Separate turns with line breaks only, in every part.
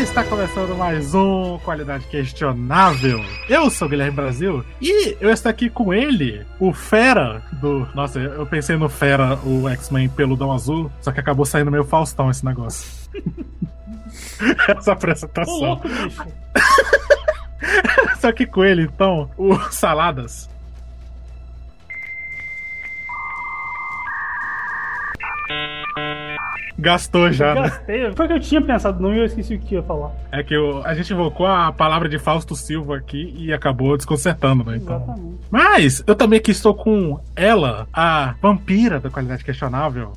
Está começando mais um Qualidade Questionável. Eu sou o Guilherme Brasil e eu estou aqui com ele, o Fera do. Nossa, eu pensei no Fera, o X-Men peludão azul, só que acabou saindo meio Faustão esse negócio. Essa apresentação.
Ô, louco, bicho.
Só que com ele, então, o Saladas. Gastou já, né?
Gastei. Foi que eu tinha pensado no nome e eu esqueci o que eu ia falar.
É que o- a gente invocou a palavra de Fausto Silva aqui e acabou desconcertando, né? Então.
Exatamente.
Mas eu também aqui estou com ela, a vampira da qualidade questionável.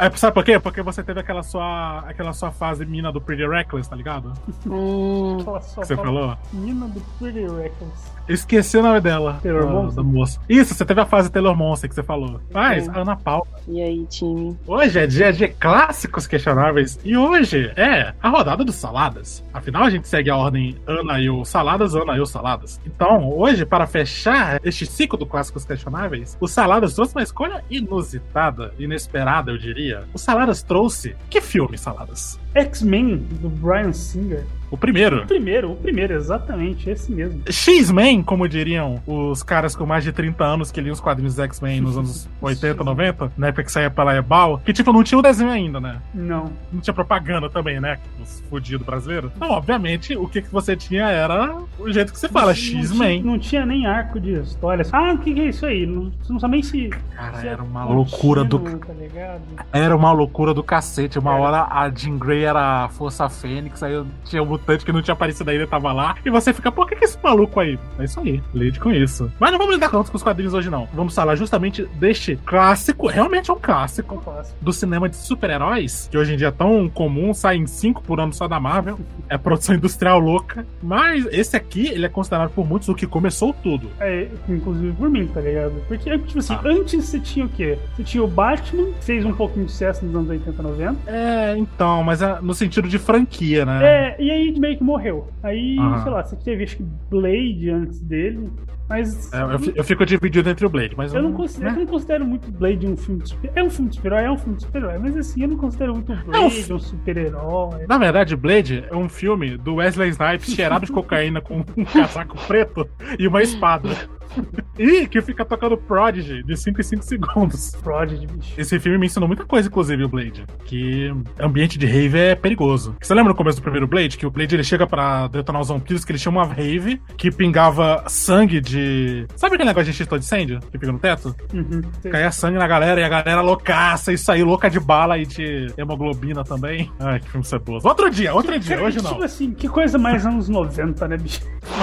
É, Sabe por quê? Porque você teve aquela sua, aquela sua fase mina do Pretty Reckless, tá ligado?
Hum,
Fala só,
Que você
fala.
falou.
Menina do Pretty Reckless.
Eu esqueci o nome dela.
Taylor
da-
Monson?
Da moça. Isso, você teve a fase Taylor Monster que você falou. Mas,
Sim.
a Ana Paula.
e aí, time?
Hoje é dia de clássicos questionáveis. E hoje é a rodada dos saladas. Afinal, a gente segue a ordem Ana e eu saladas, Ana e eu saladas. Então, hoje, para fechar este ciclo do clássicos questionáveis, o Saladas trouxe uma escolha inusitada, inesperada, eu diria. O Saladas trouxe. Que filme, Saladas?
X-Men do Brian Singer.
O primeiro.
O primeiro, o primeiro, exatamente, esse mesmo.
X-Men, como diriam os caras com mais de 30 anos que liam os quadrinhos dos X-Men nos anos 80, 90, na época que saía pela Ebal, que tipo, não tinha o desenho ainda, né?
Não.
Não tinha propaganda também, né? Os fudidos brasileiros. Então, obviamente, o que, que você tinha era o jeito que você fala,
Não tinha-
X-Men.
Não tinha nem arco de história. Ah, o que, que é isso aí? Não, você não sabe nem se.
Cara,
se é
era uma loucura do.
contínuo, Tá ligado?
Era uma loucura do cacete. Uma
Era.
hora a Jean Grey era a Força Fênix, aí tinha um mutante que não tinha aparecido ainda, tava lá. E você fica, por que, que esse maluco aí? É isso aí, lide com isso. Mas não vamos lidar tanto com os quadrinhos hoje, não. Vamos falar justamente deste clássico, realmente é um clássico.
Não faço.
do cinema de super-heróis, que hoje em dia é tão comum, saem cinco por ano só da Marvel. É produção industrial louca. Mas esse aqui, ele é considerado por muitos o que começou tudo.
É, inclusive por mim, tá ligado? Porque, tipo assim,
Ah.
antes você tinha o quê? Você tinha o Batman, que fez um pouquinho de sucesso nos anos 80, 90.
É, então, mas é no sentido de franquia, né?
É, e aí meio que morreu. Aí,
Aham.
sei lá, você teve acho que Blade antes dele, mas.
É, eu, fi- eu fico dividido entre o Blade, mas
Eu não, considero,
né?
eu não considero muito Blade um filme de super É um filme de super-herói, é um filme de super-herói, mas assim, eu não considero muito
um
Blade
fi-
um super-herói.
Na verdade, Blade é um filme do Wesley Snipes cheirado de cocaína com um casaco preto e uma espada. E que fica tocando Prodigy de 5 em 5 segundos.
Prodigy, bicho.
Esse filme me ensinou muita coisa, inclusive, o Blade. Que ambiente de rave é perigoso. Você lembra no começo do primeiro Blade? Que o Blade ele chega pra detonar os vampiros, que ele chama uma rave, que pingava sangue de. Sabe aquele negócio de extintor de incêndio? Que fica no teto?
Uhum.
Caía sangue na galera e a galera loucaça, isso aí, louca de bala e de hemoglobina também. Ai, que filme ceboso. Outro dia, outro dia,
Cara,
hoje
tipo
não.
assim, que coisa mais anos 90, né, bicho?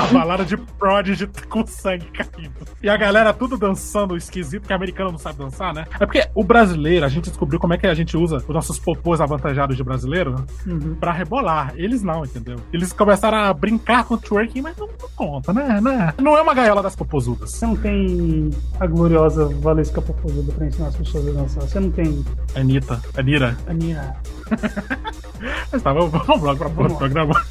Uma balada de Prodigy com sangue caindo. E a galera tudo dançando esquisito, que americano não sabe dançar, né? É porque o brasileiro, a gente descobriu como é que a gente usa os nossos popôs avantajados de brasileiro
Uhum.
pra rebolar. Eles não, entendeu? Eles começaram a brincar com o twerking, mas não, não conta, né? né? Não é uma gaiola das popozudas.
Você não tem a gloriosa Valesca Popozuda pra ensinar as pessoas a dançar. Você não tem
É Anitta, Anira.
a minha.
Mas tá, vamos, vamos logo pra porra do
Vamos lá.
programa.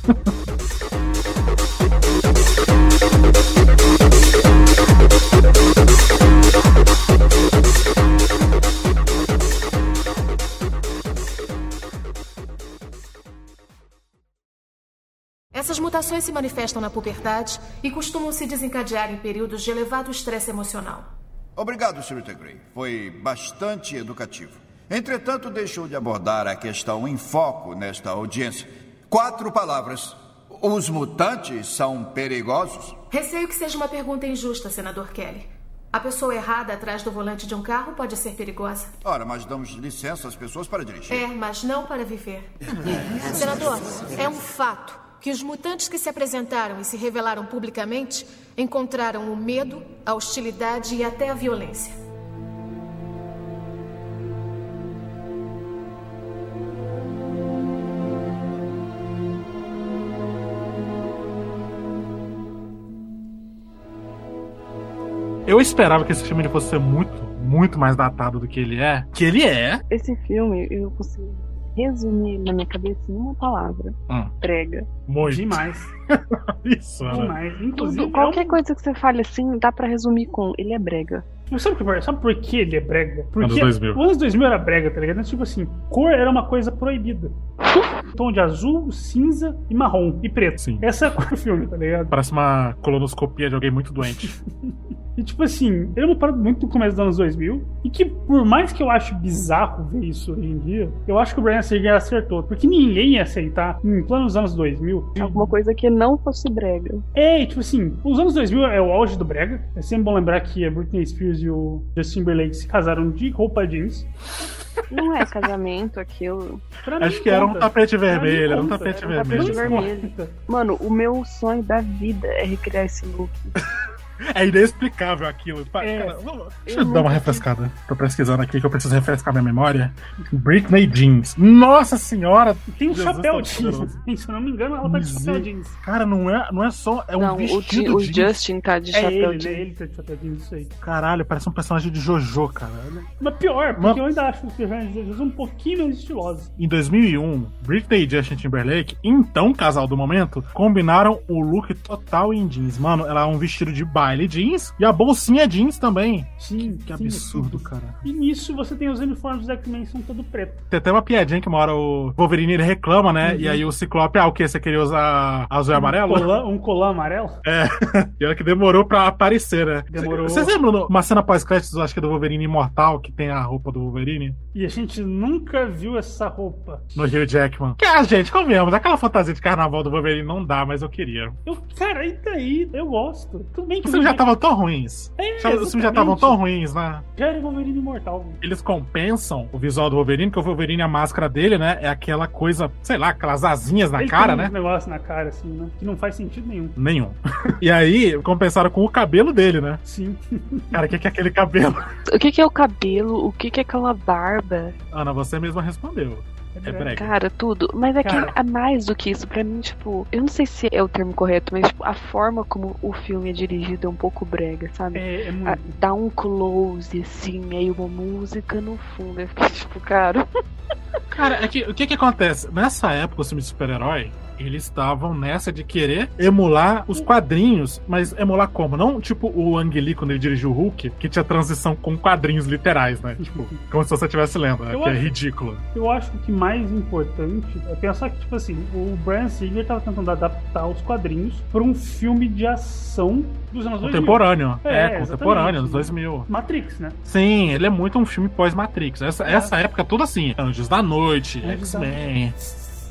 Essas mutações se manifestam na puberdade e costumam se desencadear em períodos de elevado estresse emocional.
Obrigado, Sr. Gray. Foi bastante educativo. Entretanto, deixou de abordar a questão em foco nesta audiência. Quatro palavras. Os mutantes são perigosos?
Receio que seja uma pergunta injusta, senador Kelly. A pessoa errada atrás do volante de um carro pode ser perigosa.
Ora, mas damos licença às pessoas para dirigir.
É, mas não para viver. Senador, é um fato que os mutantes que se apresentaram e se revelaram publicamente encontraram o medo, a hostilidade e até a violência.
Eu esperava que esse filme ele fosse ser muito, muito mais datado do que ele é. Que ele é.
Esse filme, eu consigo resumir ele na minha cabeça em uma palavra.
Hum.
Prega.
Muito.
Demais.
Isso, né?
Demais. Inclusive,
Tudo, qualquer
é um-
coisa que você fale assim, dá pra resumir com ele é brega.
Sabe, o que, é pior? sabe por que ele é brega? Porque
Anos 2000.
o anos 2000 era brega, tá ligado? Então, Tipo assim, cor era uma coisa proibida. Tom de azul, cinza e marrom. E preto.
Sim.
Essa é a cor do filme, tá ligado?
Parece uma colonoscopia de alguém muito doente.
E tipo assim, era uma parada muito do começo dos anos 2000. E que por mais que eu acho bizarro ver isso hoje em dia, eu acho que o Brian Singer acertou. Porque ninguém ia aceitar, em plano dos anos 2000,
Alguma coisa que não fosse brega.
É, e, tipo assim, os anos 2000 é o auge do brega. É sempre bom lembrar que a Britney Spears e o Justin Timberlake se casaram de roupa jeans.
Não é casamento aquilo.
Pra mim,
Acho que era um
conta.
tapete vermelho, era um
conta,
tapete
era um tapete
vermelho.
Não
vermelho.
conta.
Mano, o meu sonho da vida é recriar esse look.
É inexplicável aquilo. Pa-
É.
cara, vamos- deixa eu dar uma refrescada. Tô pesquisando aqui que eu preciso refrescar minha memória. Britney Jeans. Nossa senhora!
Tem um
Jesus
chapéu
tá
jeans.
poderoso. Uhum.
Se eu não me engano, ela tá de chapéu
Miser-
jeans.
Cara, não é, não é só. É um
não, o, Ju-
vestido
o
jeans.
Justin tá de
É
chapéu
ele,
de.
né? Ele tá de chapéu jeans, isso aí.
Caralho, parece um personagem de Jojo, cara. Olha.
Mas pior, porque
Mano.
eu ainda acho os personagens de Jesus um pouquinho menos estilosos.
Em 2001, Britney e Justin Timberlake, então casal do momento, combinaram o look total em jeans. Mano, ela é um vestido de baile jeans e a bolsinha jeans também.
Sim,
Que absurdo, cara.
E nisso você tem os uniformes dos X-Men são todo preto.
Tem até uma piadinha que uma hora o Wolverine ele reclama, né? E aí o Ciclope, ah, o quê? Você queria usar azul e amarelo?
Uhum. Colã, um colã amarelo.
É. E olha que demorou pra aparecer, né?
Demorou.
Vocês lembram no- uma cena pós-créditos, acho que é do Wolverine Imortal, que tem a roupa do Wolverine?
E a gente nunca viu essa roupa.
No Hugh Jackman. Que, ah, gente, convenhamos, aquela fantasia de carnaval do Wolverine não dá, mas eu queria.
Eu, cara, e daí? Eu gosto. Tudo bem que
Os filmes já
tava
estavam tão ruins.
É,
Já- Os filmes já estavam
exatamente.
tão ruins, né?
Já era Wolverine Imortal. velho.
Eles compensam o visual do Wolverine, porque o Wolverine, a máscara dele, né? É aquela coisa, sei lá, aquelas asinhas na
Ele
cara,
tem
né?
Uns negócios na cara, assim, né? Que não faz sentido nenhum.
Nenhum. E aí, compensaram com o cabelo dele, né?
Sim.
Cara, o que, que é aquele cabelo?
O que, que é o cabelo? O que, que é aquela barba?
Ana, você mesma respondeu. É brega.
Cara, tudo. Mas é que
Cara.
é mais do que isso. Pra mim, tipo, eu não sei se é o termo correto, mas tipo, a forma como o filme é dirigido é um pouco brega, sabe?
É, é
Ah,
muito.
dá um close, assim, aí uma música no fundo. Eu fiquei tipo, cara.
Cara, é que, o que que acontece? Nessa época, os filmes de super-herói, eles estavam nessa de querer emular os quadrinhos, mas emular como? Não tipo o Ang Lee, quando ele dirigiu o Hulk, que tinha transição com quadrinhos literais, né? Tipo, como se você estivesse lendo, né?
Eu
Que é
acho-
ridículo.
Eu acho que o que mais importante é pensar que, tipo assim, o Brian Singer tava tentando adaptar os quadrinhos pra um filme de ação dos anos 2000.
Contemporâneo.
É,
É,
exatamente.
contemporâneo, anos 2000.
Matrix, né?
Sim, ele é muito um filme pós-Matrix. Essa,
É.
essa época toda assim, Anjos da Noite,
Anjos da
X-Men.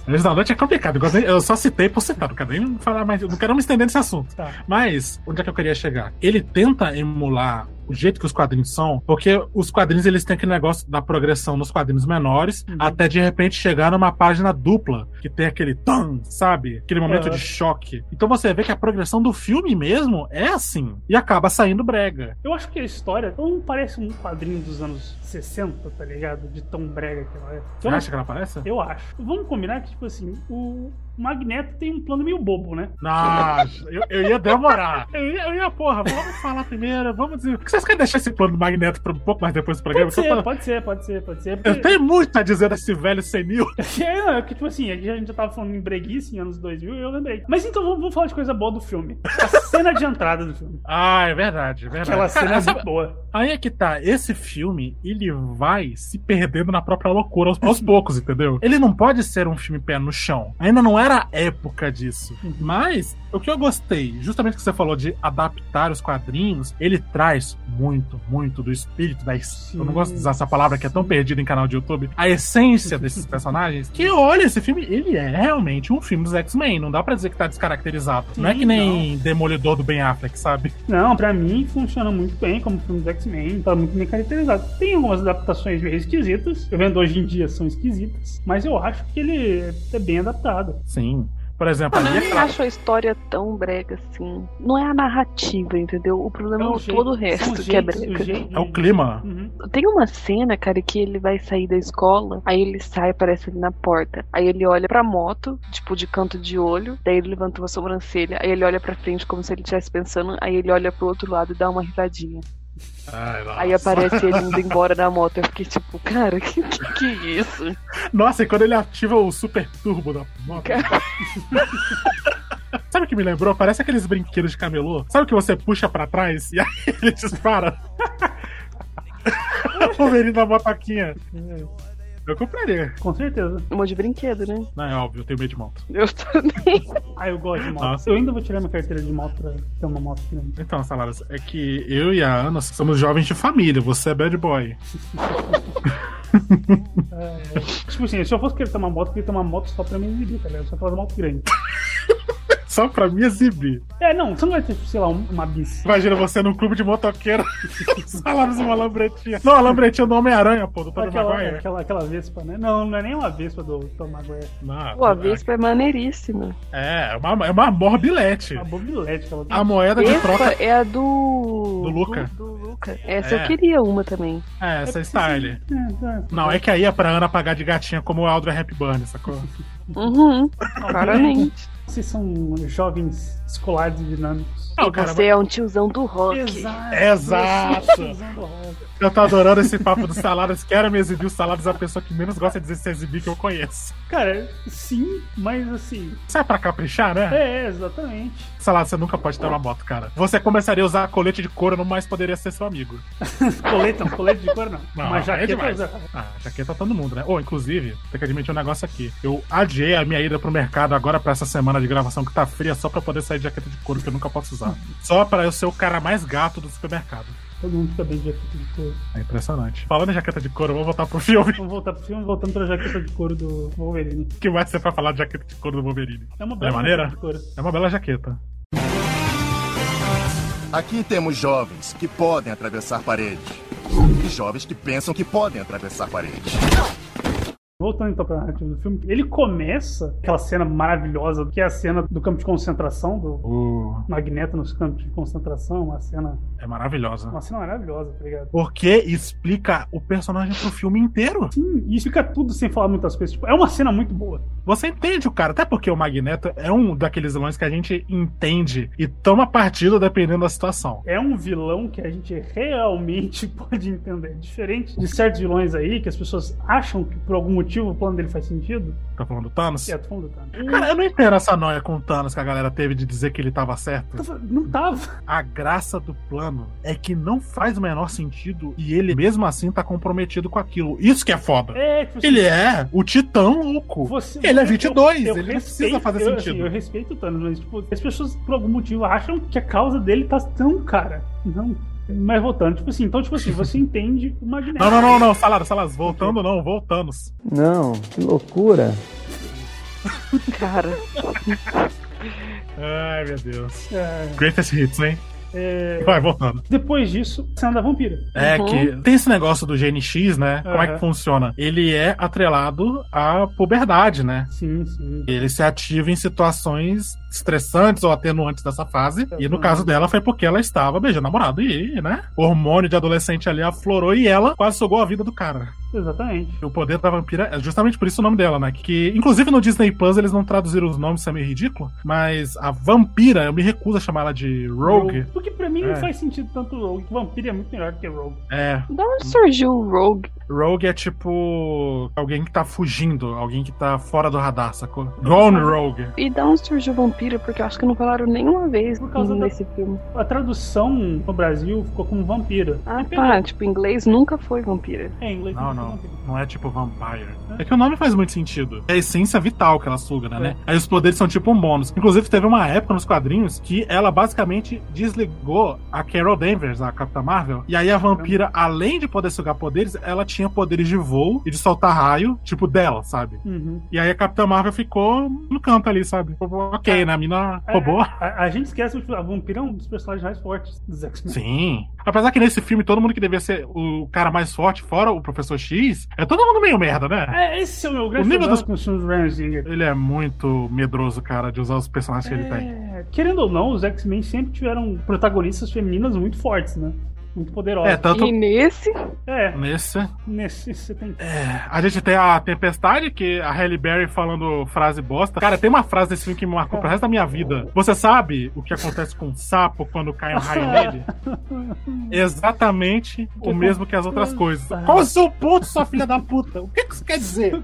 Anjos da Noite é complicado, igual nem- eu só citei por citar, não quero nem falar mais, não quero me estender nesse assunto.
Tá.
Mas, onde é que eu queria chegar? Ele tenta emular o jeito que os quadrinhos são, porque os quadrinhos eles têm aquele negócio da progressão nos quadrinhos menores,
Uhum.
até de repente chegar numa página dupla, que tem aquele tam, sabe? Aquele momento
Aham.
de choque. Então você vê que a progressão do filme mesmo é assim, e acaba saindo brega.
Eu acho que a história não parece um quadrinho dos anos 60, tá ligado? De tão brega que ela é.
Você
Eu,
acha que ela aparece?
eu acho. Vamos combinar que, tipo assim, o Magneto tem um plano meio bobo, né?
Nossa, eu, eu ia demorar. Eu ia, eu ia, porra, vamos falar primeiro, vamos dizer. Vocês querem deixar esse plano do Magneto pra um pouco mais depois do programa?
Pode
Porque eu
ser,
tô-
pode ser, pode ser, pode ser.
Eu
porque-
tenho muito a dizer desse velho senil.
É, não, é que, tipo assim, aqui a gente já tava falando em breguice em anos 2000 e eu lembrei. Mas então vamos, vamos falar de coisa boa do filme. A cena de entrada do filme.
Ah, é verdade, é verdade.
Aquela
Cara,
cena
essa-
muito boa.
Aí é que tá, esse filme, ele vai se perdendo na própria loucura aos, aos poucos, entendeu? Ele não pode ser um filme pé no chão. Ainda não era a época disso.
Uhum.
Mas, o que eu gostei, justamente que você falou de adaptar os quadrinhos, ele traz muito, muito do espírito, da es... eu não gosto de usar essa palavra que é tão perdida em canal de YouTube, a essência desses personagens, que olha, esse filme, ele é realmente um filme dos X-Men, não dá pra dizer que tá descaracterizado. não é
Sim,
que nem Demolidor do Ben Affleck, sabe?
Não, pra mim funciona muito bem como filme do X-Men, tá muito bem caracterizado. Tem algumas adaptações meio esquisitas, eu vendo hoje em dia são esquisitas, mas eu acho que ele é bem adaptado.
Sim. Por exemplo, ali é
Eu não acho a história tão brega assim. Não é a narrativa, entendeu? O problema é,
Então,
o
jeito-
todo o
são
resto
os
que é
jeitos-
brega.
os jeitos-
É o clima.
Uhum.
Tem uma cena, cara, que ele vai sair da escola, aí ele sai, aparece ali na porta. Aí ele olha pra moto, tipo, de canto de olho, daí ele levanta uma sobrancelha, aí ele olha pra frente como se ele estivesse pensando, aí ele olha pro outro lado e dá uma risadinha. Aí aparece ele indo embora da moto. Eu fiquei tipo, cara, que que, que é isso?
Nossa, e quando ele ativa o super turbo da moto. Sabe o que me lembrou? Parece aqueles brinquedos de camelô. Sabe o que você puxa pra trás e aí ele dispara? Wolverine da botaquinha. Eu compraria.
É, Com certeza.
Um monte de brinquedo, né?
Não, é óbvio, eu tenho medo de moto.
Eu também.
Ah, eu gosto de moto.
Nossa.
Eu ainda vou tirar minha carteira de moto pra ter uma moto grande.
Então, Saladas, é que eu e a Ana somos jovens de família, você é bad boy.
Tipo assim, se eu fosse querer ter uma moto, eu queria ter uma moto só pra me exibir, tá ligado? Só aquela moto grande.
Só pra mim exibir.
É, não, você não vai ter, sei lá, um- uma bis.
Imagina você num clube de motoqueiro, Saladas uma lambretinha. Não, a lambretinha do Homem-Aranha, pô, do Tony
Aquela,
Maguire.
aquela, aquela Vespa, né? Não, não é nem uma Vespa do Tom Maguire.
Não,
Pô, a Vespa é maneiríssima.
É, é uma, é uma tá- morbilete.
É uma bobilete que ela tem.
A moeda de troca
Vespa é a do.
Do Luca.
Do, do Luca. Essa
É.
eu queria uma também.
é essa style.
É, tá.
Não, é que aí é pra Ana pagar de gatinha como o Aldra Hepburn, sacou?
Uhum. Claramente.
Vocês são jovens escolares e dinâmicos.
Não, cara,
Você é um tiozão do rock.
Exato.
Exato!
Usando rosa.
Eu tô adorando esse papo dos saladas. Quero me exibir. Os saladas é a pessoa que menos gosta de se exibir que eu conheço.
Cara, sim, mas assim.
Sai pra caprichar, né?
É, exatamente.
Salada, você nunca pode ter uma moto, cara. Você começaria a usar colete de couro, não mais poderia ser seu amigo.
Colete não, um colete de cor não.
Não,
Uma
aí é
jaqueta.
demais.
usar.
Ah, jaqueta todo mundo, né? Ou, inclusive, tem que admitir um negócio aqui. Eu adiei a minha ida pro mercado agora pra essa semana de gravação que tá fria só pra poder sair de jaqueta de couro que eu nunca posso usar. Só pra eu ser o cara mais gato do supermercado.
Todo mundo fica bem de jaqueta de couro.
É impressionante. Falando em jaqueta de couro, eu vou voltar pro filme
Vamos voltar pro filme, voltando pra jaqueta de couro do Wolverine.
que vai ser pra falar de jaqueta de couro do Wolverine.
É uma
é
bela
maneira?
jaqueta de couro.
É uma bela jaqueta.
Aqui temos jovens que podem atravessar paredes. E jovens que pensam que podem atravessar paredes.
Voltando então pra narrativa do filme, ele começa aquela cena maravilhosa, que é a cena do campo de concentração, do
Uh,
Magneto nos campos de concentração, uma cena,
é maravilhosa.
uma cena maravilhosa, tá ligado?
Porque explica o personagem pro filme inteiro.
Sim, e isso fica tudo sem falar muitas coisas. Tipo, é uma cena muito boa.
Você entende o cara, até porque o Magneto é um daqueles vilões que a gente entende e toma partido dependendo da situação.
É um vilão que a gente realmente pode entender. Diferente de certos vilões aí, que as pessoas acham que por algum motivo o plano dele faz sentido.
Tá falando do Thanos?
É, tô falando do Thanos.
Cara, eu não entendo essa noia com o Thanos que a galera teve de dizer que ele tava certo.
Tava- Não tava.
A graça do plano é que não faz o menor sentido e ele mesmo assim tá comprometido com aquilo. Isso que é foda.
É, tipo assim,
Ele é o titã louco.
Você-
ele é 22,
eu
ele não precisa
respeito-
fazer
eu, assim,
sentido.
eu respeito o Thanos, mas tipo, as pessoas por algum motivo acham que a causa dele tá tão cara. Não. Mas voltando, tipo assim, então, tipo assim, você entende o Magneto.
Não, não, não, não, Salas, Salas, voltando não, voltando.
Não, que loucura.
Cara.
Ai, meu Deus.
É,
Greatest hits, hein?
é,
Vai, voltando.
Depois disso, cena da vampira.
É que tem esse negócio do GNX, né? Como é que
Aham.
funciona? Ele é atrelado à puberdade, né?
Sim, sim.
Ele se ativa em situações estressantes ou atenuantes dessa fase. E no caso dela foi porque ela estava beijando o namorado. E, né? O hormônio de adolescente ali aflorou e ela quase sugou a vida do cara.
Exatamente.
O poder da vampira é justamente por isso o nome dela, né? Que, inclusive, no Disney Plus eles não traduziram os nomes, isso é meio ridículo. Mas a vampira, eu me recuso a chamar ela de Rogue.
Porque pra mim
É.
não faz sentido tanto Rogue. Vampiro é muito melhor que Rogue.
É,
Da onde surgiu o Rogue?
Rogue é tipo alguém que tá fugindo, alguém que tá fora do radar, sacou? Gone Rogue.
E da onde surgiu o vampiro? Porque eu acho que não falaram nenhuma vez
Por causa da-
nesse filme.
A tradução no Brasil ficou como vampira.
Ah,
É
tá. Tipo, em inglês nunca foi vampira.
É, em inglês
Não,
ficou
não.
vampira.
Não é tipo vampire. É que o nome faz muito sentido. É a essência vital que ela suga,
É.
né? né? Aí os poderes são tipo um bônus. Inclusive, teve uma época nos quadrinhos que ela basicamente desligou a Carol Danvers, a Capitã Marvel. E aí a vampira, além de poder sugar poderes, ela tinha poderes de voo e de soltar raio, tipo dela, sabe?
Uhum.
E aí a Capitã Marvel ficou no canto ali, sabe? Ok, né? A mina
É,
roubou.
A, a gente esquece que a vampira é um dos personagens mais fortes dos X-Men.
Sim. Apesar que nesse filme todo mundo que devia ser o cara mais forte, fora o Professor X, é todo mundo meio merda, né?
É, esse é o meu grande
nível
problema
dos-
com os filmes do Ryan Singer.
Ele é muito medroso, cara, de usar os personagens que ele tem.
É, querendo ou não, os X-Men sempre tiveram protagonistas femininas muito fortes, né? Muito
É,
poderosas.
tanto
E nesse,
É,
nesse.
nesse você tem.
É. A gente tem a Tempestade, que a Halle Berry falando frase bosta. Cara, tem uma frase desse filme que me marcou pro resto da minha vida. Você sabe o que acontece com um sapo quando cai um raio nele? Exatamente o mesmo que as outras coisas. Qual o seu ponto, sua filha da puta? O que que isso quer dizer?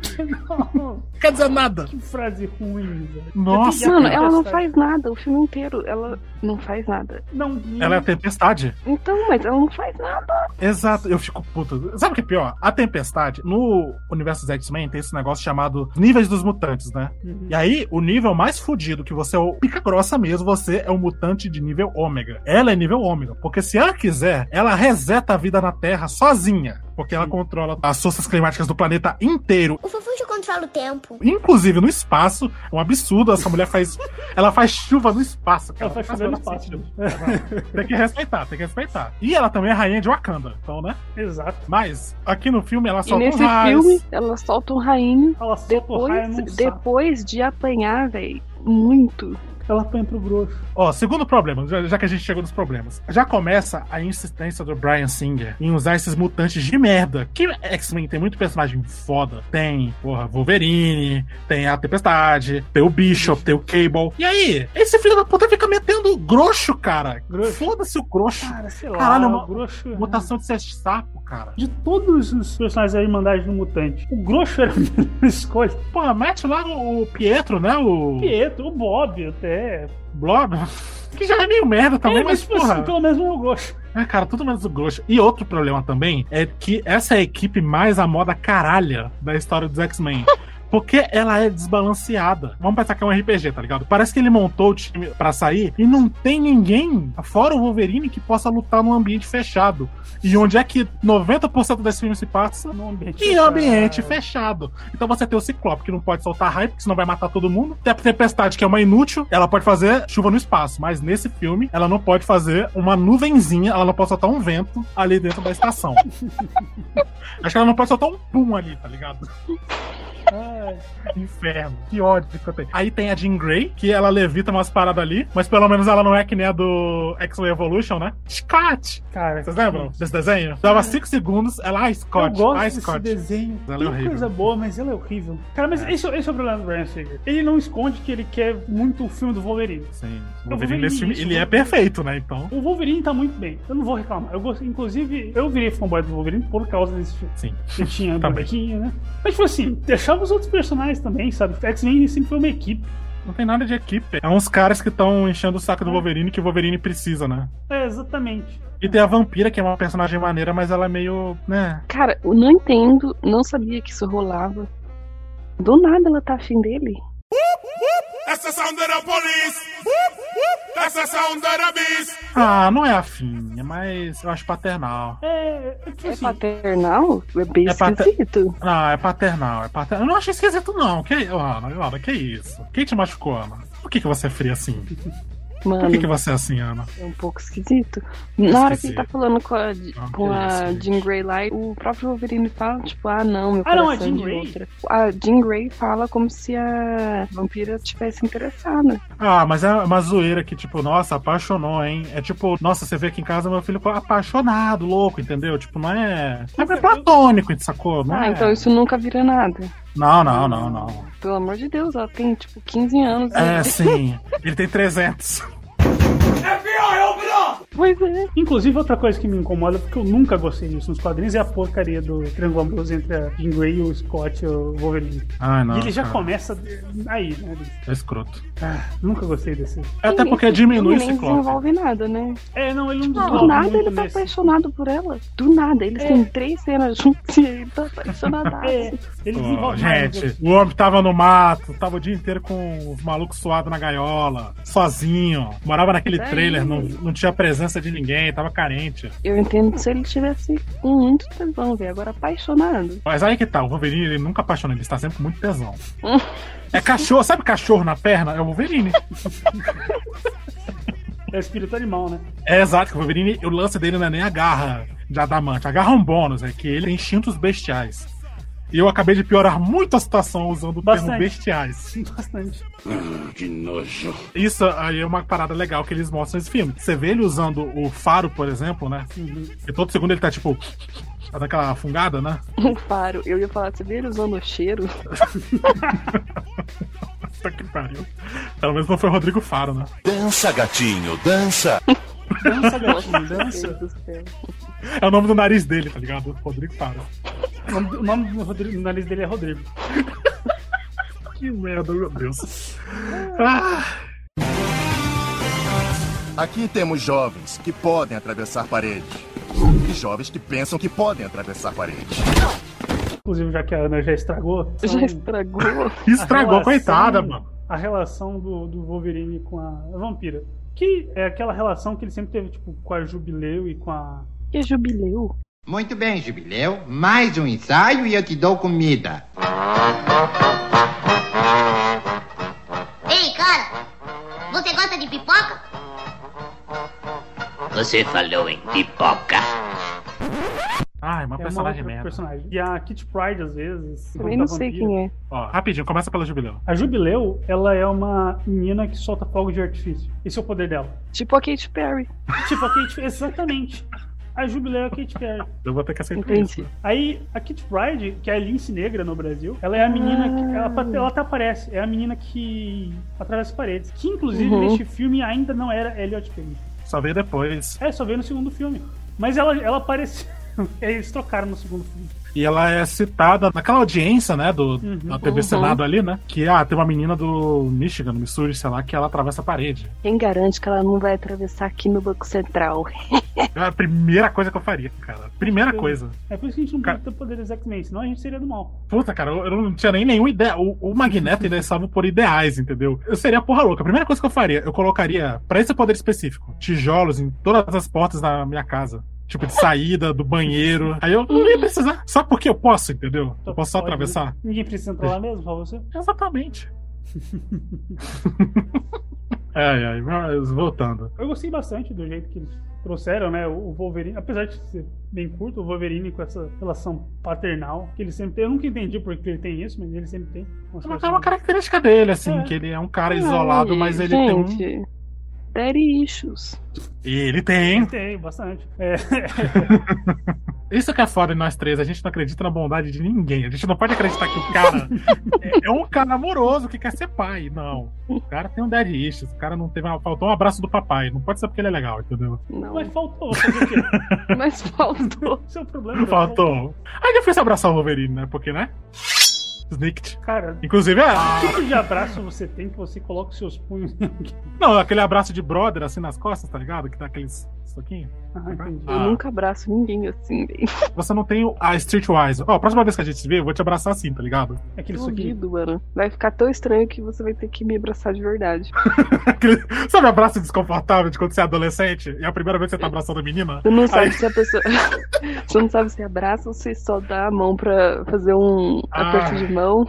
Não
Não,
quer dizer nada.
que frase ruim, velho.
Nossa.
mano,
cara.
ela não faz nada o filme inteiro. Ela não faz nada.
Não,
Ela é a Tempestade.
Então, mas ela ela não faz nada.
Exato, eu fico puto. Sabe o que é pior? A Tempestade, no universo dos X-Men, tem esse negócio chamado níveis dos mutantes, né?
Uhum.
E aí, o nível mais fudido, que você é o pica grossa mesmo, você é um mutante de nível ômega. Ela é nível ômega, porque se ela quiser, ela reseta a vida na Terra sozinha. Porque ela controla as forças climáticas do planeta inteiro.
O Fofuxo controla o tempo.
Inclusive no espaço. É um absurdo. Essa mulher faz. ela faz chuva no espaço. cara.
Ela faz chuva no espaço. né?
Tem que respeitar, tem que respeitar. E ela também é rainha de Wakanda, então, né?
Exato.
Mas aqui no filme ela
E
solta
nesse
um raio.
filme, ela solta um rainho
Ela solta o raio num
depois,
saco.
depois de apanhar, velho. Muito.
Ela apanha pro broxo.
Ó, segundo problema, já, já que a gente chegou nos problemas. Já começa a insistência do Brian Singer em usar esses mutantes de merda. Que X-Men tem muito personagem foda. Tem, porra, Wolverine, tem a Tempestade, tem o Bishop, tem o Cable. E aí, esse filho da puta fica metendo grosso, cara.
Grosso.
Foda-se o grosso.
Cara, sei lá.
Caralho,
o
uma-
broxo.
Mutação de sete sapo, cara.
De todos os personagens da Irmandade do Mutante, o Grosso era a melhor escolha.
Porra, mete lá o o Pietro, né? O
Pietro, o Bob até.
Blob. Que já é meio merda também,
É,
mas,
tipo assim,
porra.
pelo menos não é o Grosso.
É, cara, tudo menos o Grosso. E outro problema também é que essa é a equipe mais à moda caralha da história dos X-Men. Porque ela é desbalanceada. Vamos pensar que é um RPG, tá ligado? Parece que ele montou o time pra sair e não tem ninguém, fora o Wolverine, que possa lutar num ambiente fechado. E onde é que 90% desse filme se passa?
No ambiente
Em ambiente
fechado.
fechado. Então você tem o Ciclope, que não pode soltar raio, porque senão vai matar todo mundo. Tem a Tempestade, que é uma inútil, ela pode fazer chuva no espaço, mas nesse filme ela não pode fazer uma nuvenzinha, ela não pode soltar um vento ali dentro da estação. Acho que ela não pode soltar um pum ali, tá ligado?
Ai,
Inferno. Que ódio que eu tenho. Aí tem a Jean Grey, que ela levita umas paradas ali, mas pelo menos ela não é que nem a do X-Men Evolution, né? Scott!
cara,
Vocês lembram desse desenho? Dava 5 segundos, ela, ah, Scott,
eu gosto
ah,
desse
Scott.
desenho.
Ela é
Tem
horrível.
coisa boa, mas ele é horrível. Cara, mas esse, esse é o problema do Brian Singer. Ele não esconde que ele quer muito o filme do Wolverine.
Sim. O
Eu vou
Wolverine
ver
nesse filme,
isso,
ele
vou
é
ver.
perfeito, né? Então.
O Wolverine tá muito bem. Eu não vou reclamar. Eu gosto, inclusive, eu virei fanboy do Wolverine por causa desse filme.
Sim.
Que tinha
Também.
bonequinho, né? Mas, tipo assim, deixava os outros personagens também, sabe? X-Men sempre foi uma equipe.
Não tem nada de equipe. É uns caras que estão enchendo o saco
Hum.
do Wolverine que o Wolverine precisa, né?
É, exatamente.
E tem a vampira, que é uma personagem maneira, mas ela é meio. né?
Cara, eu não entendo, não sabia que isso rolava. Do nada ela tá afim dele.
That's the sound of the police. That's the sound of the beast.
Ah, não é afim, é mais. eu acho paternal.
É, é, tipo
É
assim,
paternal? É bem
É pater-
esquisito.
Ah, é paternal, é paternal. Eu não achei esquisito, não. Que... Ana, Ana, que isso? Quem te machucou, Ana? Por que, que você é fria assim? Por
Mano,
que, que você é assim, Ana?
é um pouco esquisito. Na hora que ele
Esquisito. É um
tá falando com a, com
que
a
isso,
Jean Grey lá, o próprio Wolverine fala, tipo, ah não, meu
Ah, não, a
coração
Jean
de
Grey?
outra. A Jean Grey fala como se a vampira tivesse interessada.
Ah, mas é uma zoeira que, tipo, nossa, apaixonou, hein? É tipo, nossa, você vê aqui em casa meu filho apaixonado, louco, entendeu? Tipo, não é. É platônico, sacou? Não
Ah,
é...
então isso nunca vira nada.
Não, não, não, não.
Pelo amor de Deus, ela tem tipo 15 anos.
É,
né?
sim. Ele tem 300.
Pois é.
Inclusive, outra coisa que me incomoda, porque eu nunca gostei disso nos quadrinhos, é a porcaria do triângulo amoroso entre a Jean Grey, o Scott e o Wolverine.
Ai, não.
e ele já
cara.
começa aí, né?
É escroto. É
Ah, nunca gostei desse.
Até
Sim,
porque
esse
diminui o
filme nem
ciclope.
desenvolve nada, né?
É, não, ele não
Do
desenvolve
nada
muito
ele tá
nesse.
apaixonado por ela. Do nada. Eles têm três cenas juntos e ele tá apaixonado.
É, ele
Ó,
desenvolve mais né?
gente,
desse.
o homem tava no mato, tava o dia inteiro com os malucos suados na gaiola, sozinho, morava naquele
Daí.
trailer, não, não tinha presença de ninguém, tava carente.
Eu entendo se ele tivesse um, com muito tesão, velho. Agora apaixonado.
Mas aí que tá, o Wolverine ele nunca apaixona, ele está sempre com muito tesão. É cachorro, sabe cachorro na perna? É o Wolverine.
É espírito animal, né?
É exato, que o Wolverine, o lance dele não é nem a garra de adamante. A garra é um bônus, é que ele tem instintos bestiais. E eu acabei de piorar muito a situação usando o termo
Bastante.
bestiais.
Bastante.
Isso aí é uma parada legal que eles mostram nesse filme. Você vê ele usando o faro, por exemplo, né? E todo segundo ele tá tipo. Tá daquela fungada, né?
Um faro. Eu ia falar, você vê ele usando o cheiro?
Puta que pariu. Pelo menos não foi o Rodrigo Faro, né?
Dança, gatinho, dança.
Dança, gatinho,
Meu
dança.
Deus do céu.
É o nome do nariz dele, tá ligado? Rodrigo Faro.
O nome, do- o nome do, Rodrigo, do nariz dele é Rodrigo.
Que merda, meu Deus. Ah.
Aqui temos jovens que podem atravessar parede e jovens que pensam que podem atravessar parede.
Inclusive, já que a Ana já estragou. um- são-
Já estragou.
Estragou,
relação-
coitada, mano.
a relação do, do Wolverine com a vampira. Que é aquela relação que ele sempre teve, tipo, com a Jubileu e com a.
Que jubileu.
Muito bem, Jubileu. Mais um ensaio e eu te dou comida.
Ei, cara! Você gosta de pipoca? Você falou em pipoca.
Ai, uma
é uma
um personagem
outra
merda.
personagem. E a Kit Pride, às vezes. tá
Eu nem não sei quem é.
Ó, rapidinho, começa pela Jubileu.
A Jubileu, ela é uma menina que solta fogo de artifício. Esse é o poder dela.
Tipo a Katy Perry.
Tipo, a Kate. Exatamente. A Jubileu é a Kate Perry.
Eu vou ter que aceitar
Entendi.
isso.
Aí, a Kit Pride, que é a lince negra no Brasil, ela é a menina que. Ela, pa- ela até aparece. É a menina que atravessa paredes. Que, inclusive,
Uhum.
neste filme ainda não era Elliot Page.
Só veio depois.
É, só veio no segundo filme. Mas ela, ela apareceu. É, Eles trocaram no segundo filme.
E ela é citada naquela audiência, né, do,
Uhum.
da TV Senado ali, né? Que ah, tem uma menina do Michigan, no Missouri, sei lá, que ela atravessa a parede.
Quem garante que ela não vai atravessar aqui no Banco Central?
É a primeira coisa que eu faria, cara. Primeira coisa.
É por isso que a gente não
Cara-
pode ter poderes X-Men, senão a gente seria do mal.
Puta, cara, eu, eu não tinha nem nenhuma ideia. O, o Magneto ainda estava por ideais, entendeu? Eu seria porra louca. A primeira coisa que eu faria, eu colocaria, pra esse poder específico, tijolos em todas as portas da minha casa. Tipo, de saída, do banheiro. Aí eu não ia precisar. Só porque eu posso, entendeu? Eu posso só
Pode- né?
atravessar.
Ninguém precisa entrar lá mesmo pra você.
Exatamente. ai, ai, mas voltando.
Eu gostei bastante do jeito que eles trouxeram, né? O Wolverine, apesar de ser bem curto, o Wolverine com essa relação paternal que ele sempre tem. Eu nunca entendi por que ele tem isso, mas ele sempre tem.
É uma, é uma característica dele, assim,
É.
que ele é um cara isolado,
Ai,
mas ele
gente,
tem um.
Daddy issues.
Ele tem.
Tem, bastante. É,
Isso que é foda em nós três, a gente não acredita na bondade de ninguém. A gente não pode acreditar que o cara é, é um cara amoroso que quer ser pai. Não. O cara tem um dead issues, o cara não teve. uma- Faltou um abraço do papai. Não pode ser porque ele é legal, entendeu?
Não,
mas faltou. Fazer o quê?
mas faltou.
Seu problema.
Faltou. Aí ele fez abraçar o Wolverine, né? Porque, né? Snicked.
Cara,
Inclusive, é.
que tipo de abraço você tem que você coloca os seus punhos em alguém?
Não, aquele abraço de brother assim nas costas, tá ligado? Que dá aqueles soquinhos.
Ah, entendi.
Ah.
Eu nunca abraço ninguém assim, velho.
Você não tem a Streetwise. Ó, a próxima vez que a gente se vê, eu vou te abraçar assim, tá ligado?
É Aquele soquinho.
Duvido, mano. Vai ficar tão estranho que você vai ter que me abraçar de verdade.
Aquele- Sabe abraço desconfortável de quando você é adolescente? E é a primeira vez que você tá abraçando a menina?
Você não sabe
Aí-
se a pessoa. você não sabe se abraça ou se só dá a mão pra fazer um
Ah.
aperto de mão.